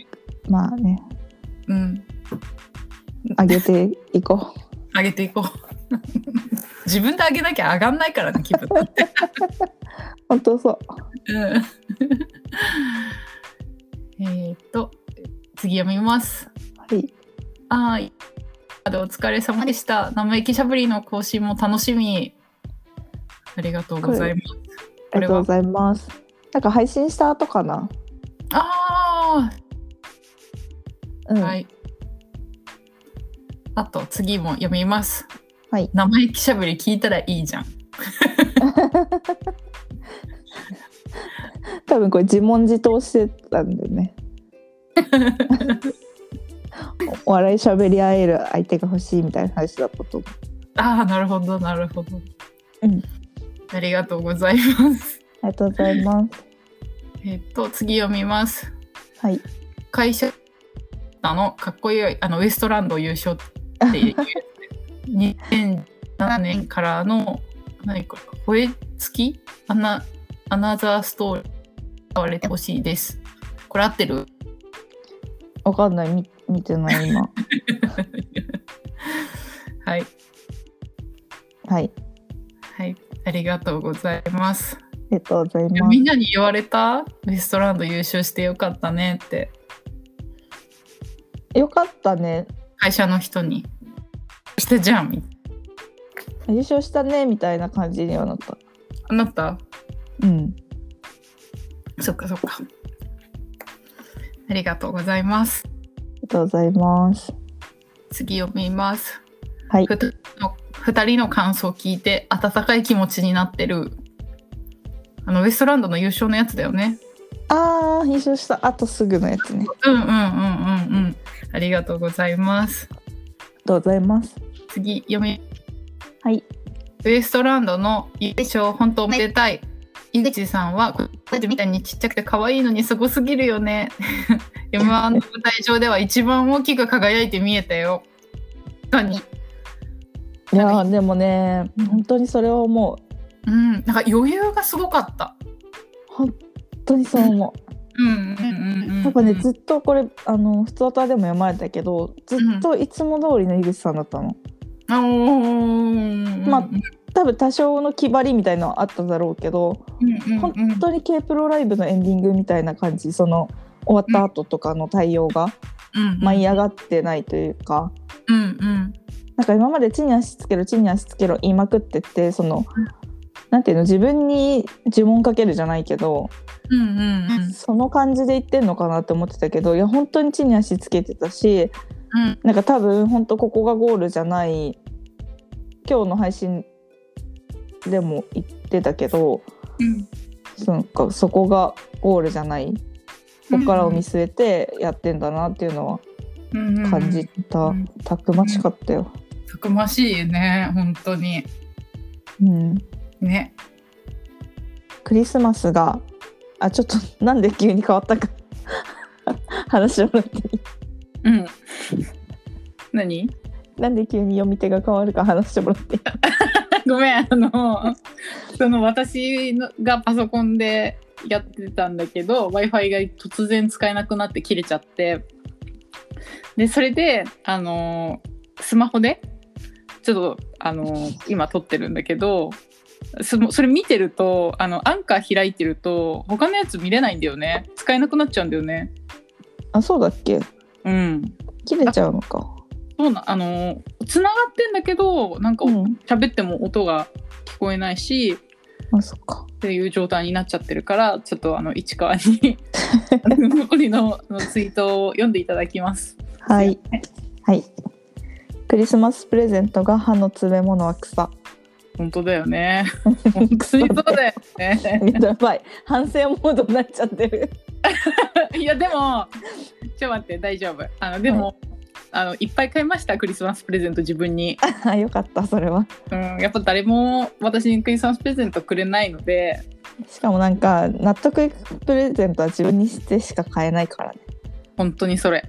Speaker 1: まあね
Speaker 2: うん、
Speaker 1: 上げていこ
Speaker 2: 上げていこう。 自分で上げなきゃ上がんないからね、気分。
Speaker 1: う 本当そう
Speaker 2: うん、 えーっと、次読みます。
Speaker 1: はい
Speaker 2: はい。お疲れ様でした。生意気しゃぶりの更新も楽しみ。ありがとうございます。
Speaker 1: あ
Speaker 2: こ
Speaker 1: りが
Speaker 2: れ
Speaker 1: とう
Speaker 2: は
Speaker 1: ございますなんか配信した後かな
Speaker 2: あ
Speaker 1: うん
Speaker 2: あ、はい。あと次も読みます。
Speaker 1: はい
Speaker 2: 生意気しゃぶり聞いたらいいじゃん。
Speaker 1: 多分これ自問自答してたんで ねお笑いしゃべり合える相手が欲しいみたいな話だったと思う
Speaker 2: ああ、なるほど、なるほど。
Speaker 1: うん。
Speaker 2: ありがとうございます。
Speaker 1: ありがとうございます
Speaker 2: えっと、次読みます。
Speaker 1: はい
Speaker 2: 会社あのかっこいいあのウエストランド優勝っていう2007年からの何これ吠え付きアナアナザーストーリー使われてほしいです。これ合ってる
Speaker 1: わかんないみ見てない 今
Speaker 2: はい、
Speaker 1: はい
Speaker 2: はい、ありがとうございます。
Speaker 1: ありがとうござい
Speaker 2: いや
Speaker 1: ま
Speaker 2: み
Speaker 1: す
Speaker 2: んなに言われたウエストランド優勝してよかったねって
Speaker 1: よかったね
Speaker 2: 会社の人にしてじゃんみたい
Speaker 1: 優勝したねみたいな感じにはなった
Speaker 2: ななった
Speaker 1: うん
Speaker 2: そっかそっか。ありがとうございます。
Speaker 1: ありがとうございます
Speaker 2: 次読みます。
Speaker 1: はい
Speaker 2: ふたの二人の感想を聞いて温かい気持ちになってる。あのウエストランドの優勝のやつだよね。
Speaker 1: あー優勝したあとすぐのやつねあり
Speaker 2: うんうんうんうんうん。ありがとうございます。
Speaker 1: がとうございます
Speaker 2: 次読み。
Speaker 1: はい。
Speaker 2: ウエストランドの優勝本当おめでたい。井口さんはこうやってみたいにちっちゃくて可愛いのにすごすぎる よね。M1 の舞台上では一番大きく輝いて見えたよ。確かに。
Speaker 1: いやーでもね本当にそれは思う
Speaker 2: うん。なんか余裕がすごかった。
Speaker 1: 本当にそう思う
Speaker 2: うんうんうんうんうん
Speaker 1: やっぱねずっとこれあの普通歌でも読まれたけどずっといつも通りの井口さんだったの、
Speaker 2: あおー
Speaker 1: まあ多分多少の気張りみたいなのはあっただろうけど、
Speaker 2: うんうんうん
Speaker 1: 本当に K プロライブのエンディングみたいな感じその終わった後とかの対応が
Speaker 2: うん
Speaker 1: 舞い上がってないというか、
Speaker 2: うんうん
Speaker 1: なんか今まで地に足つけろ地に足つけろ言いまくってってそのなんていうの自分に呪文かけるじゃないけど、
Speaker 2: うんうんうん
Speaker 1: その感じで言ってんのかなって思ってたけどいや本当に地に足つけてたし
Speaker 2: うん
Speaker 1: なんか多分本当ここがゴールじゃない今日の配信でも言ってたけど
Speaker 2: うん
Speaker 1: そのかそこがゴールじゃないここからを見据えてやってんだなっていうのは
Speaker 2: うんうん
Speaker 1: 感じた、
Speaker 2: うん
Speaker 1: たくましかったよ。
Speaker 2: たくましいよね本当に
Speaker 1: うん、
Speaker 2: ね
Speaker 1: クリスマスがあちょっと なんで急に変わったか 話をなって
Speaker 2: うん 何
Speaker 1: なんで急に読み手が変わるか話してもらっていい
Speaker 2: ごめんあの その私のがパソコンでやってたんだけど w i f i が突然使えなくなって切れちゃってでそれであのスマホでちょっとあの今撮ってるんだけどそのそれ見てるとあのアンカー開いてると他のやつ見れないんだよね使えなくなっちゃうんだよね
Speaker 1: あそうだっけ
Speaker 2: うん
Speaker 1: 切れちゃうのか。
Speaker 2: そうなあのつながってんだけどなんか
Speaker 1: うん、
Speaker 2: 喋っても音が聞こえないし、
Speaker 1: あそっか。
Speaker 2: っていう状態になっちゃってるからちょっとあの市川にあの残りのあのツイートを読んでいただきます。
Speaker 1: はい。はい。クリスマスプレゼントが歯の詰め物は草。
Speaker 2: 本当だよね。本当にそうだよね。
Speaker 1: やばい。反省モードになっちゃってる。
Speaker 2: いやでもちょっと待って大丈夫。あのでも、あのいっぱい買いましたクリスマスプレゼント自分に。
Speaker 1: あ、よかった、それは。
Speaker 2: うんやっぱ誰も私にクリスマスプレゼントくれないので。
Speaker 1: しかもなんか、納得いくプレゼントは自分にしてしか買えないからね。
Speaker 2: 本当にそれ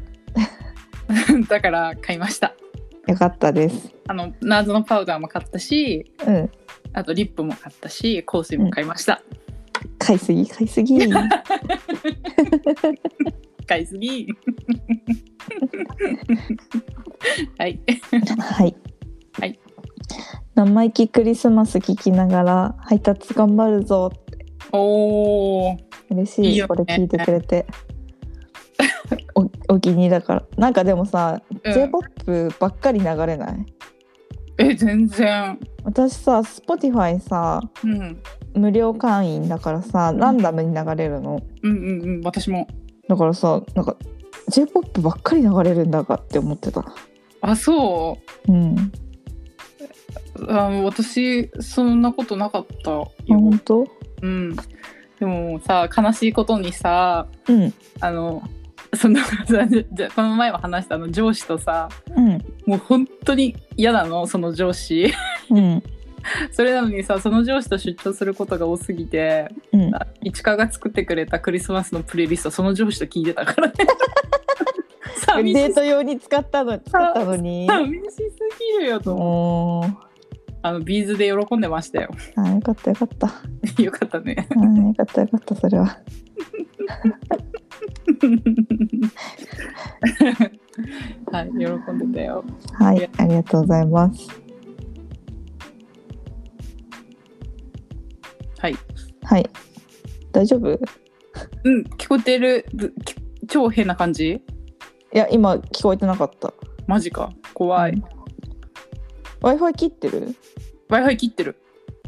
Speaker 2: だから買いました
Speaker 1: よかったです。
Speaker 2: あの謎のパウダーも買ったし
Speaker 1: うん。
Speaker 2: あとリップも買ったし香水も買いました、
Speaker 1: 買いすぎ、買いすぎ。
Speaker 2: 買いすぎ。 はい。
Speaker 1: はい。
Speaker 2: はい。
Speaker 1: 生意気クリスマス聞きながら配達頑張るぞ。
Speaker 2: おお。
Speaker 1: 嬉しい
Speaker 2: いいよね
Speaker 1: これ聞いてくれて。おお気に入りだからなんかでもさ、
Speaker 2: うん
Speaker 1: J-POP ばっかり流れない
Speaker 2: え、全然。
Speaker 1: 私さ Spotify さ
Speaker 2: うん。
Speaker 1: 無料会員だからさランダムに流れるの
Speaker 2: うんうんうん、私も。
Speaker 1: だからさなんか J-POP ばっかり流れるんだかって思ってた
Speaker 2: あ、そ
Speaker 1: うん
Speaker 2: う。あの、私、そんなことなかったよ。
Speaker 1: あ本当
Speaker 2: うん。でもさ、悲しいことにさ、
Speaker 1: うん
Speaker 2: あの。その さじゃこの前も話したあの上司とさ
Speaker 1: うん
Speaker 2: もう本当に嫌なのその上司
Speaker 1: うん
Speaker 2: それなのにさその上司と出張することが多すぎて
Speaker 1: うん
Speaker 2: あ市川が作ってくれたクリスマスのプレイリストその上司と聞いてたからね寂し
Speaker 1: デー
Speaker 2: す
Speaker 1: ト用に使ったの使ったのに
Speaker 2: 寂しすぎるよと思う
Speaker 1: おー
Speaker 2: あのビーズで喜んでましたよ
Speaker 1: あよかったよかったあ
Speaker 2: よかったね
Speaker 1: よかったよかったそれは
Speaker 2: はい喜んでたよ
Speaker 1: はいありがとうございます
Speaker 2: はい
Speaker 1: はい大丈夫い
Speaker 2: うん聞こえてるぶき超変な感じ
Speaker 1: や今聞こえてなかった
Speaker 2: マジか怖い、
Speaker 1: うん Wi-Fi 切ってる
Speaker 2: w i f i 切ってる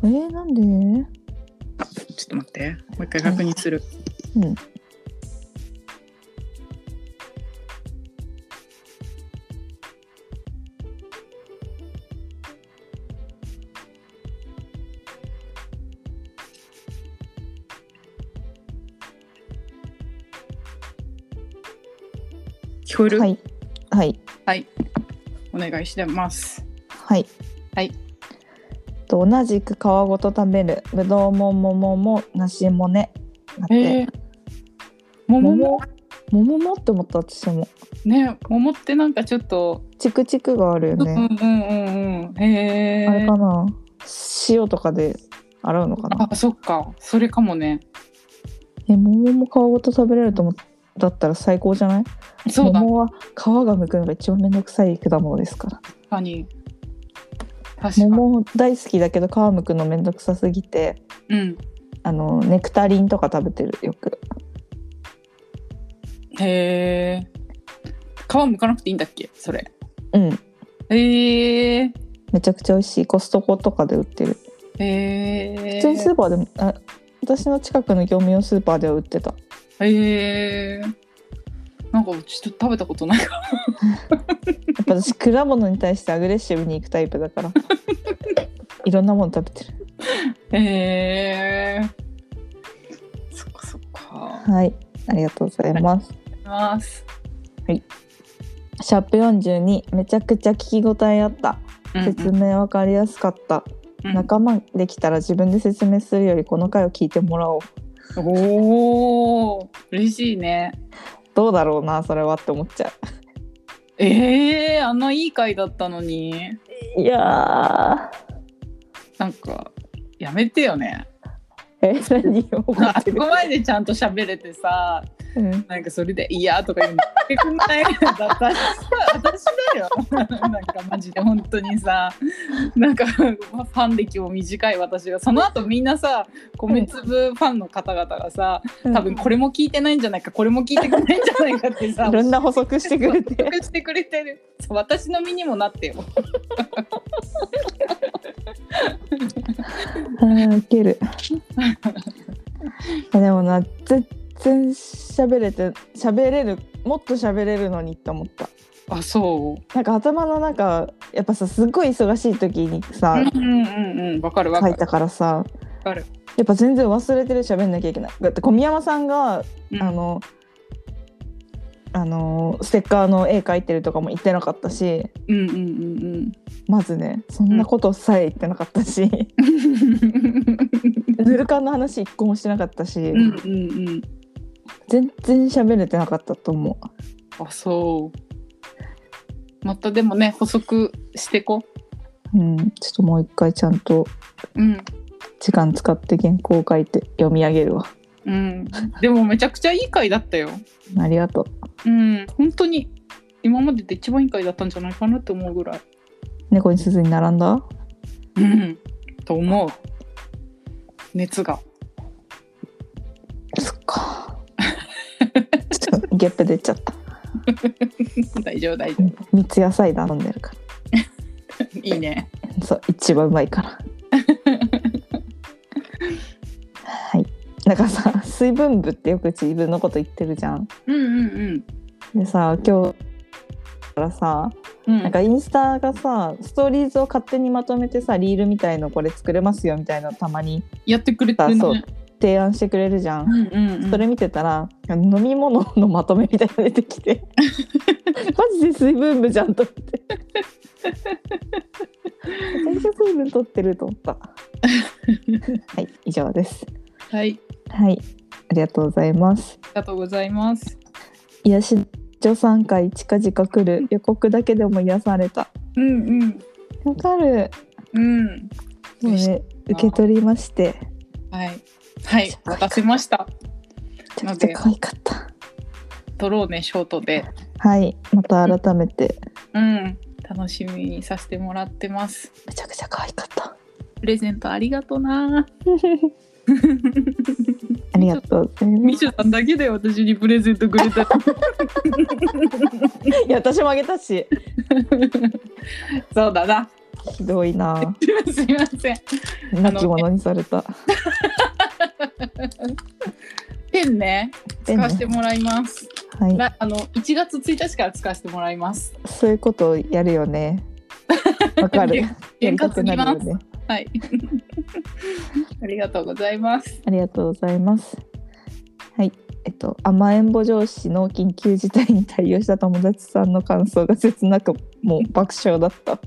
Speaker 1: えー、なんで
Speaker 2: ちょっと待ってもう一回確認する
Speaker 1: うん
Speaker 2: 聞こえる
Speaker 1: はいはい
Speaker 2: お願いしてます
Speaker 1: はい
Speaker 2: はい
Speaker 1: と同じく皮ごと食べるぶどうも桃も梨もねだって、
Speaker 2: えー、桃も
Speaker 1: 桃桃もって思った私も
Speaker 2: ね桃ってなんかちょっと、
Speaker 1: チクチクがあるよ
Speaker 2: うんう
Speaker 1: ね、
Speaker 2: んうんうんへ
Speaker 1: あれ
Speaker 2: え
Speaker 1: かな塩とかで洗うのかな
Speaker 2: あそっかそれかもね
Speaker 1: え桃も皮ごと食べれると思だったら最高じゃない
Speaker 2: そうだ確
Speaker 1: 桃は皮がむくのが一番めんどくさい果物ですから
Speaker 2: かに確かに
Speaker 1: 桃大好きだけど皮むくのめんどくさすぎて
Speaker 2: うん
Speaker 1: あのネクタリンとか食べてるよく
Speaker 2: へえ皮むかなくていいんだっけそれ
Speaker 1: うん
Speaker 2: へえ
Speaker 1: めちゃくちゃ美味しいコストコとかで売ってる
Speaker 2: へえ
Speaker 1: 普通にスーパーでもあ私の近くの業務用スーパーでは売 ってた
Speaker 2: へえなんかちょっと食べたことないか
Speaker 1: やっぱ私果物に対してアグレッシブに行くタイプだから いろんなもの食べてる
Speaker 2: らへえそっかそっか
Speaker 1: はいありがとうございます、
Speaker 2: います
Speaker 1: シャープ42めちゃくちゃ聞き応えあった
Speaker 2: うんうん
Speaker 1: 説明わかりやすかった、
Speaker 2: うん
Speaker 1: 仲間できたら自分で説明するよりこの回を聞いてもらおう
Speaker 2: おお嬉しいね
Speaker 1: どうだろうなそれはって思っちゃ
Speaker 2: ええあんないい回だったのに
Speaker 1: ういや
Speaker 2: なんかやめてよね
Speaker 1: ーえ何を怒
Speaker 2: あ
Speaker 1: っ
Speaker 2: そ
Speaker 1: てる
Speaker 2: こまでちゃんと喋れてさ
Speaker 1: うん
Speaker 2: なんかそれで「いや」とか言うの言ってくんない私私だよ なんかマジで本当にさなんかファン歴も短い私がその後みんなさ米粒ファンの方々がさ多分これも聞いてないんじゃないかこれも聞いてくれないんじゃないかってさ
Speaker 1: いろんな補足してくれ
Speaker 2: そう
Speaker 1: て
Speaker 2: 得してくれてるそう私の身にもなってよ
Speaker 1: あーウケ るでもな全然喋れて喋れるもっと喋れるのにって思った
Speaker 2: あそ
Speaker 1: なんか頭の中やっぱさすっごい忙しい時に
Speaker 2: う
Speaker 1: さ
Speaker 2: うんうんうんわかるわ
Speaker 1: 書
Speaker 2: か
Speaker 1: い
Speaker 2: る
Speaker 1: たからさ
Speaker 2: わかる
Speaker 1: やっぱ全然忘れてる喋んなきゃいけないだって小宮山さんが
Speaker 2: うん
Speaker 1: あのあのステッカーの絵描いてるとかも言ってなかったし
Speaker 2: うんうんうん
Speaker 1: まずねそんなことさえ言ってなかったし、
Speaker 2: うん
Speaker 1: ぬるかんの話一個もしてなかったし、
Speaker 2: うんうんうん
Speaker 1: 全然喋れてなかったと思う
Speaker 2: あそうまたでもね補足してこ
Speaker 1: うん、ちょっともう一回ちゃんと
Speaker 2: うん
Speaker 1: 時間使って原稿を書いて読み上げるわ
Speaker 2: うん、でもめちゃくちゃいい回だったよ。
Speaker 1: ありがと
Speaker 2: うん、本当に今までで一番いい回だったんじゃないかなって思うぐらい。
Speaker 1: う。猫に鈴に並んだ
Speaker 2: うん、と思う。熱が。
Speaker 1: そっか。ちょっとゲップ出ちゃった。
Speaker 2: 大丈夫大丈
Speaker 1: うん三つ野菜頼んでるか
Speaker 2: 夫。いいね。
Speaker 1: ら。そう、一番うまいから。はい。なんかさ、水分部ってよく自分のこと言ってるじゃん。
Speaker 2: うんうん
Speaker 1: でさ、今日からさ、
Speaker 2: うん。うん、
Speaker 1: なんかインスタがさ、ストーリーズを勝手にまとめてさ、リールみたいのこれ作れますよみたいなのたまに
Speaker 2: やってくれて
Speaker 1: さ、
Speaker 2: るね。
Speaker 1: そう、提案してくれるじゃん。
Speaker 2: うんうんうん、
Speaker 1: それ見てたら飲み物のまとめみたいなの出てき てマジで水分部じゃんと思ってめちゃくちゃ水分取ってると思った はい以上です
Speaker 2: はい。
Speaker 1: はいありがとうございます
Speaker 2: ありがとうございます。
Speaker 1: 癒し助産会近々来る予告だけでも癒された
Speaker 2: うんうん
Speaker 1: わかる
Speaker 2: うん。
Speaker 1: もうね受け取りまして
Speaker 2: はい。はい。渡せました。
Speaker 1: めちゃくちゃ可愛かった
Speaker 2: 取ろうね、ショートで。
Speaker 1: はいまた改めて
Speaker 2: うん。楽しみにさせてもらってます。
Speaker 1: めちゃくちゃ可愛かった
Speaker 2: プレゼントありがとな。
Speaker 1: ありがとうございま
Speaker 2: ミ
Speaker 1: す
Speaker 2: シュさんだけで私にプレゼントくれた の。
Speaker 1: いや私もあげたし
Speaker 2: そうだな。
Speaker 1: ひどいな
Speaker 2: すいません。
Speaker 1: 亡き者にされた。
Speaker 2: ペンね。
Speaker 1: ペ
Speaker 2: 使
Speaker 1: ンね
Speaker 2: わせてもらいます。
Speaker 1: はい、
Speaker 2: らあの1月1日から使わせてもらいます。
Speaker 1: そういうことをやるよ ね。わかる。やり
Speaker 2: 円
Speaker 1: た
Speaker 2: 滑
Speaker 1: く
Speaker 2: に
Speaker 1: な
Speaker 2: ま
Speaker 1: る
Speaker 2: す。
Speaker 1: よね。
Speaker 2: はい。 ありがとうございます。
Speaker 1: ありがとうございます。はい、えっと甘えん坊上司の緊急事態に対応した友達さんの感想が切なくもう爆笑だ った。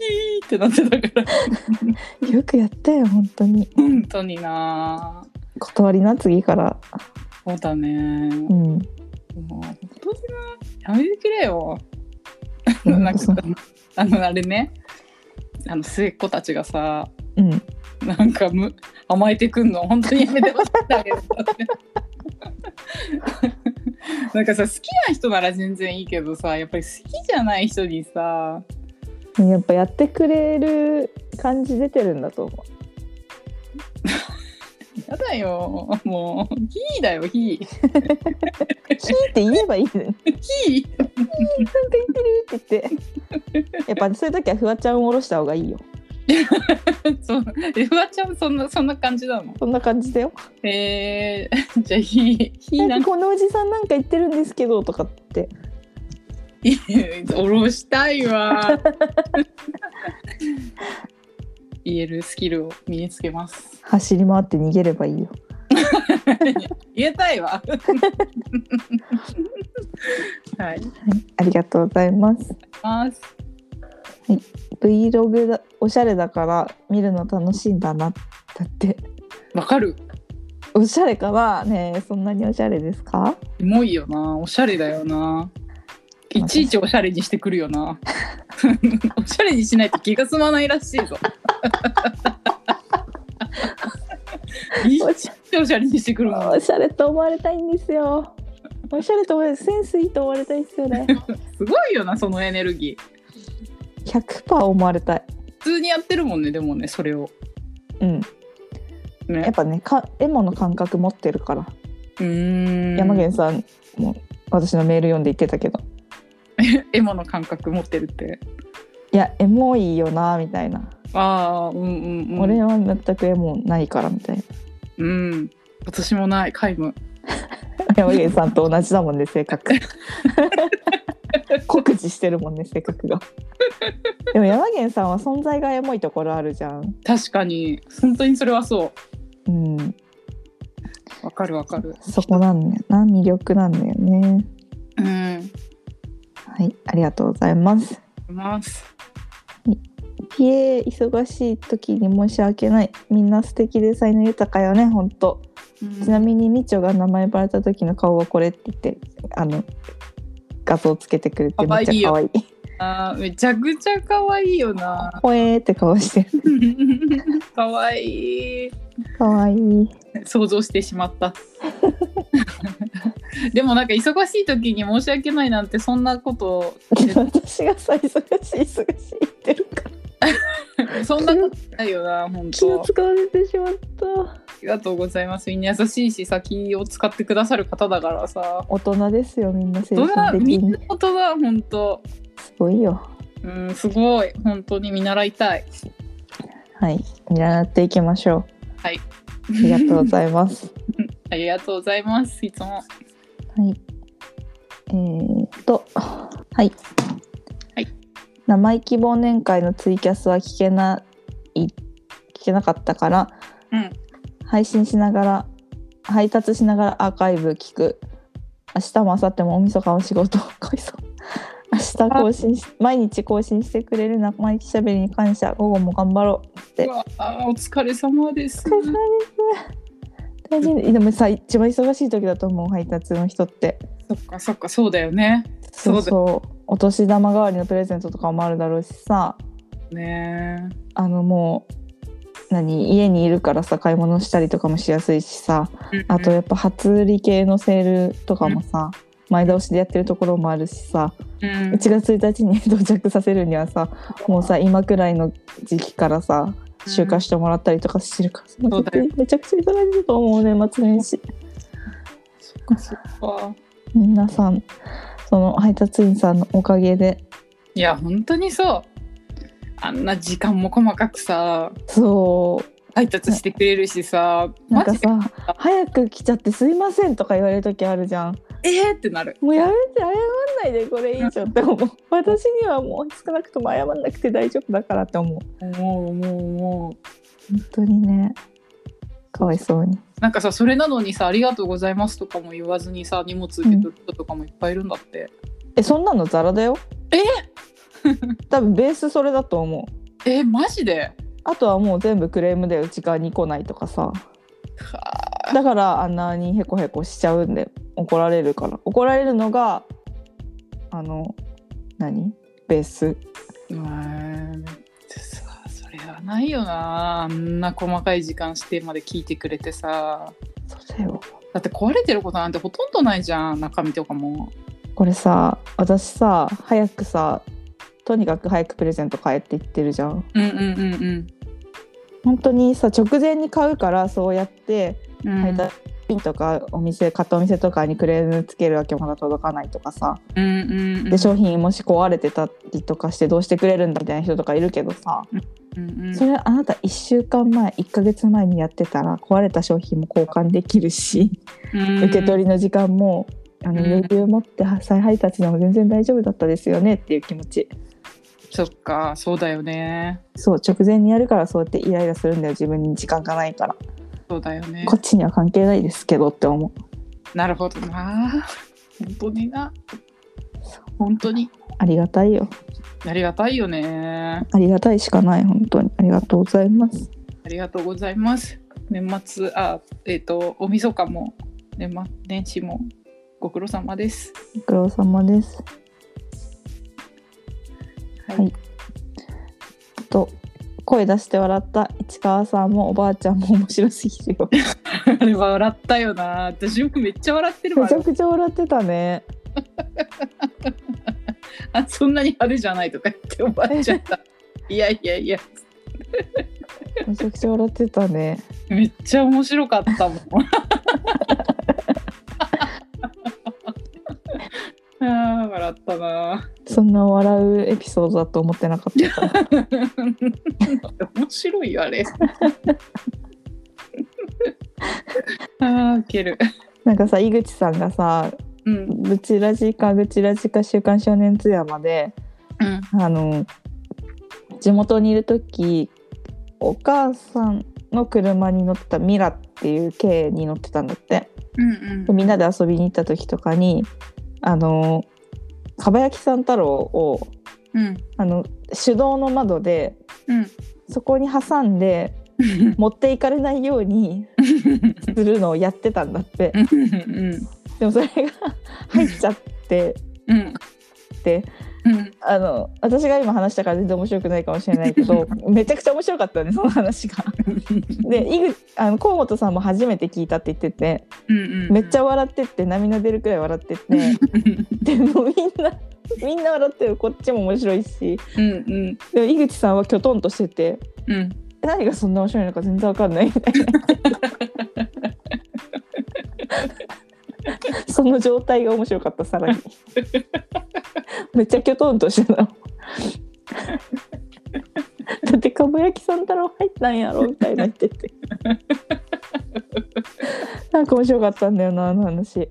Speaker 2: いいってなってたから。
Speaker 1: よくやったよ本当に。
Speaker 2: 本当にな。
Speaker 1: 断りな次から。
Speaker 2: そうだね。も
Speaker 1: うん。
Speaker 2: う本当にな。やめてくれよ。
Speaker 1: うん
Speaker 2: なんかあのあれね。あの末っ子たちがさ、
Speaker 1: うん。
Speaker 2: なんかむ甘えてくんの本当にやめてほしいんだけど。なんかさ好きな人なら全然いいけどさやっぱり好きじゃない人にさ
Speaker 1: やっぱやってくれる感じ出てるんだと思
Speaker 2: やだよもうヒーだよヒ
Speaker 1: う。
Speaker 2: ー
Speaker 1: ひーって言えばいいのに。
Speaker 2: ヒー
Speaker 1: なんか言ってるって言って。やっぱそういう時はフワちゃんを下ろした方がいいよ。
Speaker 2: そうえフワちゃんそんなそんな感じなの
Speaker 1: そんな感じだよ。
Speaker 2: えー、じゃあヒーヒー
Speaker 1: な
Speaker 2: なんん
Speaker 1: かこのおじさんなんか言ってるんですけどとかって。
Speaker 2: いや 下ろしたい わ言えるスキルを身につけます
Speaker 1: 走り回って逃げればいいよ。
Speaker 2: 言えたい わはい
Speaker 1: ありがとうございます。
Speaker 2: ます
Speaker 1: Vlog だおしゃれだから見るの楽しいんだな。だって
Speaker 2: わかる
Speaker 1: おしゃれかはねえそんなにおしゃれですか？
Speaker 2: エモいよなおしゃれだよないちいちおしゃれにしてくるよ なおしゃれにしないと気が済まないらしい ぞいちいちおしゃれにしてくるもん
Speaker 1: おしゃれと思われたいんですよ。おしゃれと思われセンスいいと思われたいですよ ね。
Speaker 2: すごいよなそのエネルギー
Speaker 1: 100%思われたい。
Speaker 2: 普通にやってるもんねでもねそれを
Speaker 1: うん。やっ
Speaker 2: ね
Speaker 1: ぱねかエモの感覚持ってるから。
Speaker 2: うーん
Speaker 1: 山源さんも私のメール読んで言ってたけど
Speaker 2: エモの感覚持ってるって
Speaker 1: いやエモいよなみたいな、
Speaker 2: ああうんうんうん
Speaker 1: 俺は全くエモないからみたいな
Speaker 2: うん私もない皆無
Speaker 1: 山源さんと同じだもんね性格 酷似してるもんね性格がでも山源さんは存在がエモいところあるじゃん
Speaker 2: 確かに本当にそれはそ
Speaker 1: うん
Speaker 2: うわかるわかる
Speaker 1: そこなんだよな魅力なんだよね
Speaker 2: うん
Speaker 1: はいありがとうございます
Speaker 2: います
Speaker 1: ピエ忙しい時に申し訳ないみんな素敵で才能豊かよねほんとちなみにみちょが名前バレた時の顔はこれって言ってあの画像つけてくれてめっちゃ可愛い
Speaker 2: あーめちゃく ちゃ可愛いよな。
Speaker 1: ほえーって顔してる
Speaker 2: 可愛い
Speaker 1: 可愛いい。
Speaker 2: 想像してしまった でもなんか忙しい時に申し訳ないなんてそんなこと
Speaker 1: 私がさ忙しい忙しい言ってるから
Speaker 2: そんなことないよな本
Speaker 1: 気を
Speaker 2: 当あ
Speaker 1: 使われてしまった。
Speaker 2: りがとうございますみんな優しいし先を使ってくださる方だからさ
Speaker 1: 大人ですよみんな精
Speaker 2: 大人
Speaker 1: 神
Speaker 2: み
Speaker 1: 的
Speaker 2: んな
Speaker 1: に。
Speaker 2: 大人本当
Speaker 1: すごいよ。
Speaker 2: うんすごい本当に見習いたい
Speaker 1: はい見習っていきましょう。
Speaker 2: はい
Speaker 1: ありがとうございます。
Speaker 2: ありがとうございますいつも
Speaker 1: はい。えー、っと、はい。
Speaker 2: はい。
Speaker 1: 生意気忘年会のツイキャスは聞けない、聞けなかったから、
Speaker 2: うん
Speaker 1: 配信しながら、配達しながらアーカイブ聞く。明日も明後日も大晦日も仕事、 かわいそう。明日更新し、毎日更新してくれる生意気しゃべりに感謝。午後も頑張ろう。で
Speaker 2: うわあお疲れ様です
Speaker 1: お疲れ様です。大変でもさ、一番忙しい時だと思う、配達の人って。
Speaker 2: そっかそっかそうだよね
Speaker 1: そう
Speaker 2: そ
Speaker 1: そうお年玉代わりのプレゼントとかもあるだろうしさ
Speaker 2: ね
Speaker 1: あのもう何家にいるからさ買い物したりとかもしやすいしさあとやっぱ初売り系のセールとかもさ、前倒しでやってるところもあるしさ、
Speaker 2: うん
Speaker 1: 1月1日に到着させるにはさもうさ今くらいの時期からさ集荷してもらったりとかしてるからさ、
Speaker 2: そうだよ
Speaker 1: めちゃくちゃ忙しいと思う年末年始
Speaker 2: そっかそっか
Speaker 1: 皆さんその配達員さんのおかげで
Speaker 2: いや本当にそうあんな時間も細かくさ
Speaker 1: そう
Speaker 2: 配達してくれるしさ
Speaker 1: なん
Speaker 2: マ
Speaker 1: か
Speaker 2: ジで
Speaker 1: さ「早く来ちゃってすいません」とか言われる時あるじゃん
Speaker 2: えーってなる
Speaker 1: もうやめて謝んないでこれいいじゃんって思 う私にはもう少なくとも謝んなくて大丈夫だからって思う
Speaker 2: もうもうも
Speaker 1: 本当にねかわいそうに
Speaker 2: うなんかさそれなのにさ「ありがとうございます」とかも言わずにさ荷物受け取る人とかもいっぱいいるんだって、
Speaker 1: えそんなのザラだよ
Speaker 2: え
Speaker 1: 多分ベースそれだと思う
Speaker 2: えーマジで
Speaker 1: あとはもう全部クレームでうち側に来ないとかさ
Speaker 2: は
Speaker 1: だからあんなにヘコヘコしちゃうんで怒られるから怒られるのがあの何ベース
Speaker 2: うーんさそれはないよなあんな細かい時間指定まで聞いてくれてさ
Speaker 1: それを
Speaker 2: だって壊れてることなんてほとんどないじゃん中身とかも
Speaker 1: これさ私さ早くさとにかく早くプレゼント買えって言ってるじゃん
Speaker 2: うんうんうん
Speaker 1: 本当にさ直前に買うからそうやって
Speaker 2: うんうん
Speaker 1: 配達品とかお店買ったお店とかにクレームつけるわけまだ届かないとかさ
Speaker 2: うんうんうん
Speaker 1: で商品もし壊れてたりとかしてどうしてくれるんだみたいな人とかいるけどさ
Speaker 2: うんうん
Speaker 1: それあなた1週間前1ヶ月前にやってたら壊れた商品も交換できるし受け取りの時間もあの
Speaker 2: うん
Speaker 1: 余裕持って再配達でも全然大丈夫だったですよねっていう気持ち。
Speaker 2: りそっかそうだよね
Speaker 1: そう直前にやるからそうやってイライラするんだよ自分に時間がないから
Speaker 2: そうだよね
Speaker 1: こっちには関係ないですけどって思う
Speaker 2: なるほどな本当にな本当に
Speaker 1: ありがたいよ
Speaker 2: ありがたいよね
Speaker 1: ありがたいしかない本当にありがとうございます
Speaker 2: ありがとうございます年末あえっ、とおみそかも年末年始もご苦労様です
Speaker 1: ご苦労様です
Speaker 2: はい、
Speaker 1: はいと声出して笑った市川さんもおばあちゃんも面白すぎるよめ
Speaker 2: あれは笑ったよな私もめっちゃ笑ってる わ
Speaker 1: ちゃくちゃ笑ってたね
Speaker 2: あそんなに派手じゃないとか言って思っちゃった いやいやいや
Speaker 1: めちゃくちゃ笑ってたね
Speaker 2: めっちゃ面白かったも ん。ああ笑ったな。
Speaker 1: そんな笑うエピソードだと思ってなかった から
Speaker 2: 面白いよあれ。 ああウケる。
Speaker 1: なんかさ井口さんがさ
Speaker 2: うん
Speaker 1: 「ブチラジかブチラジか週刊少年津山」で
Speaker 2: うん
Speaker 1: あの地元にいる時お母さんの車に乗ってたミラっていう軽に乗ってたんだって
Speaker 2: うん
Speaker 1: でみんなで遊びに行った時とかにあの蒲焼さん太郎を
Speaker 2: うん
Speaker 1: あの手動の窓で
Speaker 2: うん
Speaker 1: そこに挟んで
Speaker 2: うん
Speaker 1: 持っていかれないようにするのをやってたんだって
Speaker 2: うん
Speaker 1: でもそれが入っちゃって
Speaker 2: うん
Speaker 1: で
Speaker 2: うん
Speaker 1: あの私が今話したから全然面白くないかもしれないけどめちゃくちゃ面白かったねその話が。で井口あの河本さんも初めて聞いたって言っててめっちゃ笑ってって涙出るくらい笑っててでもみんなみんな笑ってるこっちも面白いし
Speaker 2: うんうん
Speaker 1: でも井口さんはきょとんとしてて
Speaker 2: うん
Speaker 1: 何がそんな面白いのか全然わかんないみたいな。 その状態が面白かったさらにめっちゃきょとんとしてたのだってかぶやきさん太郎入ったんやろみたいな言っててなんか面白かったんだよなあの話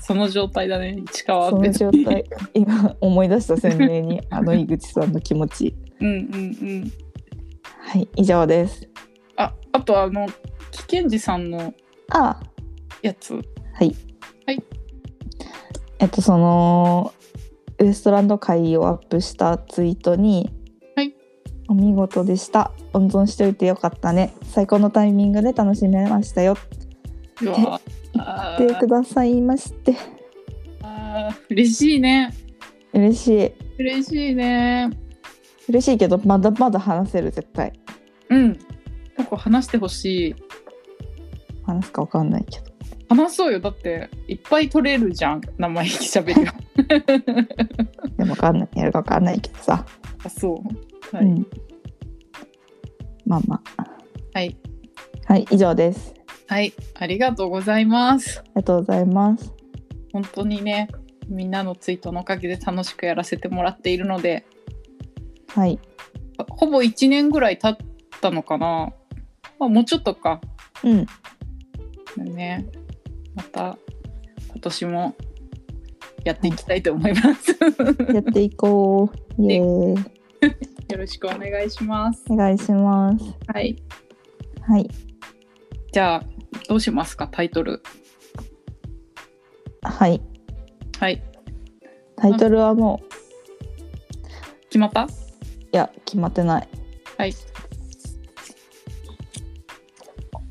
Speaker 2: その状態だね市川
Speaker 1: そ
Speaker 2: っ
Speaker 1: の
Speaker 2: て
Speaker 1: 状態今思い出した鮮明にあの井口さんの気持ち
Speaker 2: うんうんうん
Speaker 1: はい以上です
Speaker 2: ああとあの危険児さんの
Speaker 1: あ
Speaker 2: やつ
Speaker 1: はい。
Speaker 2: はい。
Speaker 1: えっとそのウエストランド会をアップしたツイートに、
Speaker 2: はい。
Speaker 1: お見事でした。温存しておいてよかったね。最高のタイミングで楽しめましたよ。
Speaker 2: うわあ
Speaker 1: 言ってくださいまして
Speaker 2: あー嬉しいね
Speaker 1: 嬉しい
Speaker 2: 嬉しいね
Speaker 1: 嬉しいけどまだまだ話せる絶対
Speaker 2: うんなんか話してほしい
Speaker 1: 話すかわかんないけど
Speaker 2: 話そうよだっていっぱい取れるじゃん生意気しゃべりは
Speaker 1: でもわかんないやるかわかんないけどさ。
Speaker 2: あそうは
Speaker 1: う
Speaker 2: い、
Speaker 1: ん。まあまあ
Speaker 2: はい
Speaker 1: はい以上です。
Speaker 2: はい、ありがとうございます
Speaker 1: ありがとうございます。
Speaker 2: 本当にねみんなのツイートのおかげで楽しくやらせてもらっているので
Speaker 1: はい
Speaker 2: ほぼ1年ぐらい経ったのかな、まあ、もうちょっとか
Speaker 1: うん
Speaker 2: ねまた今年もやっていきたいと思い ます、
Speaker 1: やっていこ う。イエーイ。
Speaker 2: よろしくお願いします
Speaker 1: お願いします。
Speaker 2: はい
Speaker 1: はい。
Speaker 2: じゃあどうしますかタイトル
Speaker 1: はい。
Speaker 2: はい
Speaker 1: タイトルはもう、
Speaker 2: 決まった
Speaker 1: いや、決まってない。
Speaker 2: はい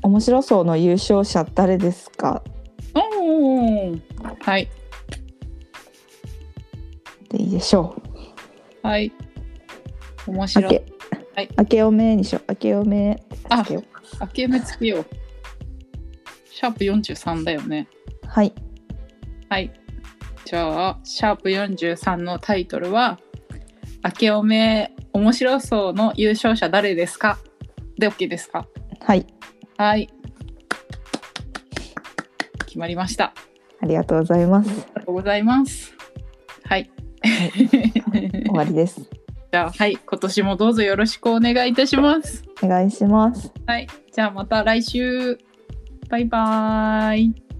Speaker 1: 面白そうの優勝者誰ですか
Speaker 2: おーはい
Speaker 1: でいいでしょ
Speaker 2: はい面
Speaker 1: う。
Speaker 2: 白
Speaker 1: 明
Speaker 2: い
Speaker 1: け。
Speaker 2: はい
Speaker 1: 明けおめにしよう。明けおめ。
Speaker 2: あ
Speaker 1: つけよう
Speaker 2: 明け目つけようシャープ43だよね
Speaker 1: はい。
Speaker 2: はい。じゃあ、シャープ43のタイトルは、明けおめ面白そうの優勝者誰ですかで OK ですか
Speaker 1: はい。
Speaker 2: はい。決まりました。
Speaker 1: ありがとうございます。
Speaker 2: ありがとうございます。はい。
Speaker 1: 終わりです。
Speaker 2: じゃあ、はい。今年もどうぞよろしくお願いいたします。
Speaker 1: お願いします。
Speaker 2: はい。じゃあ、また来週。バイバーイ。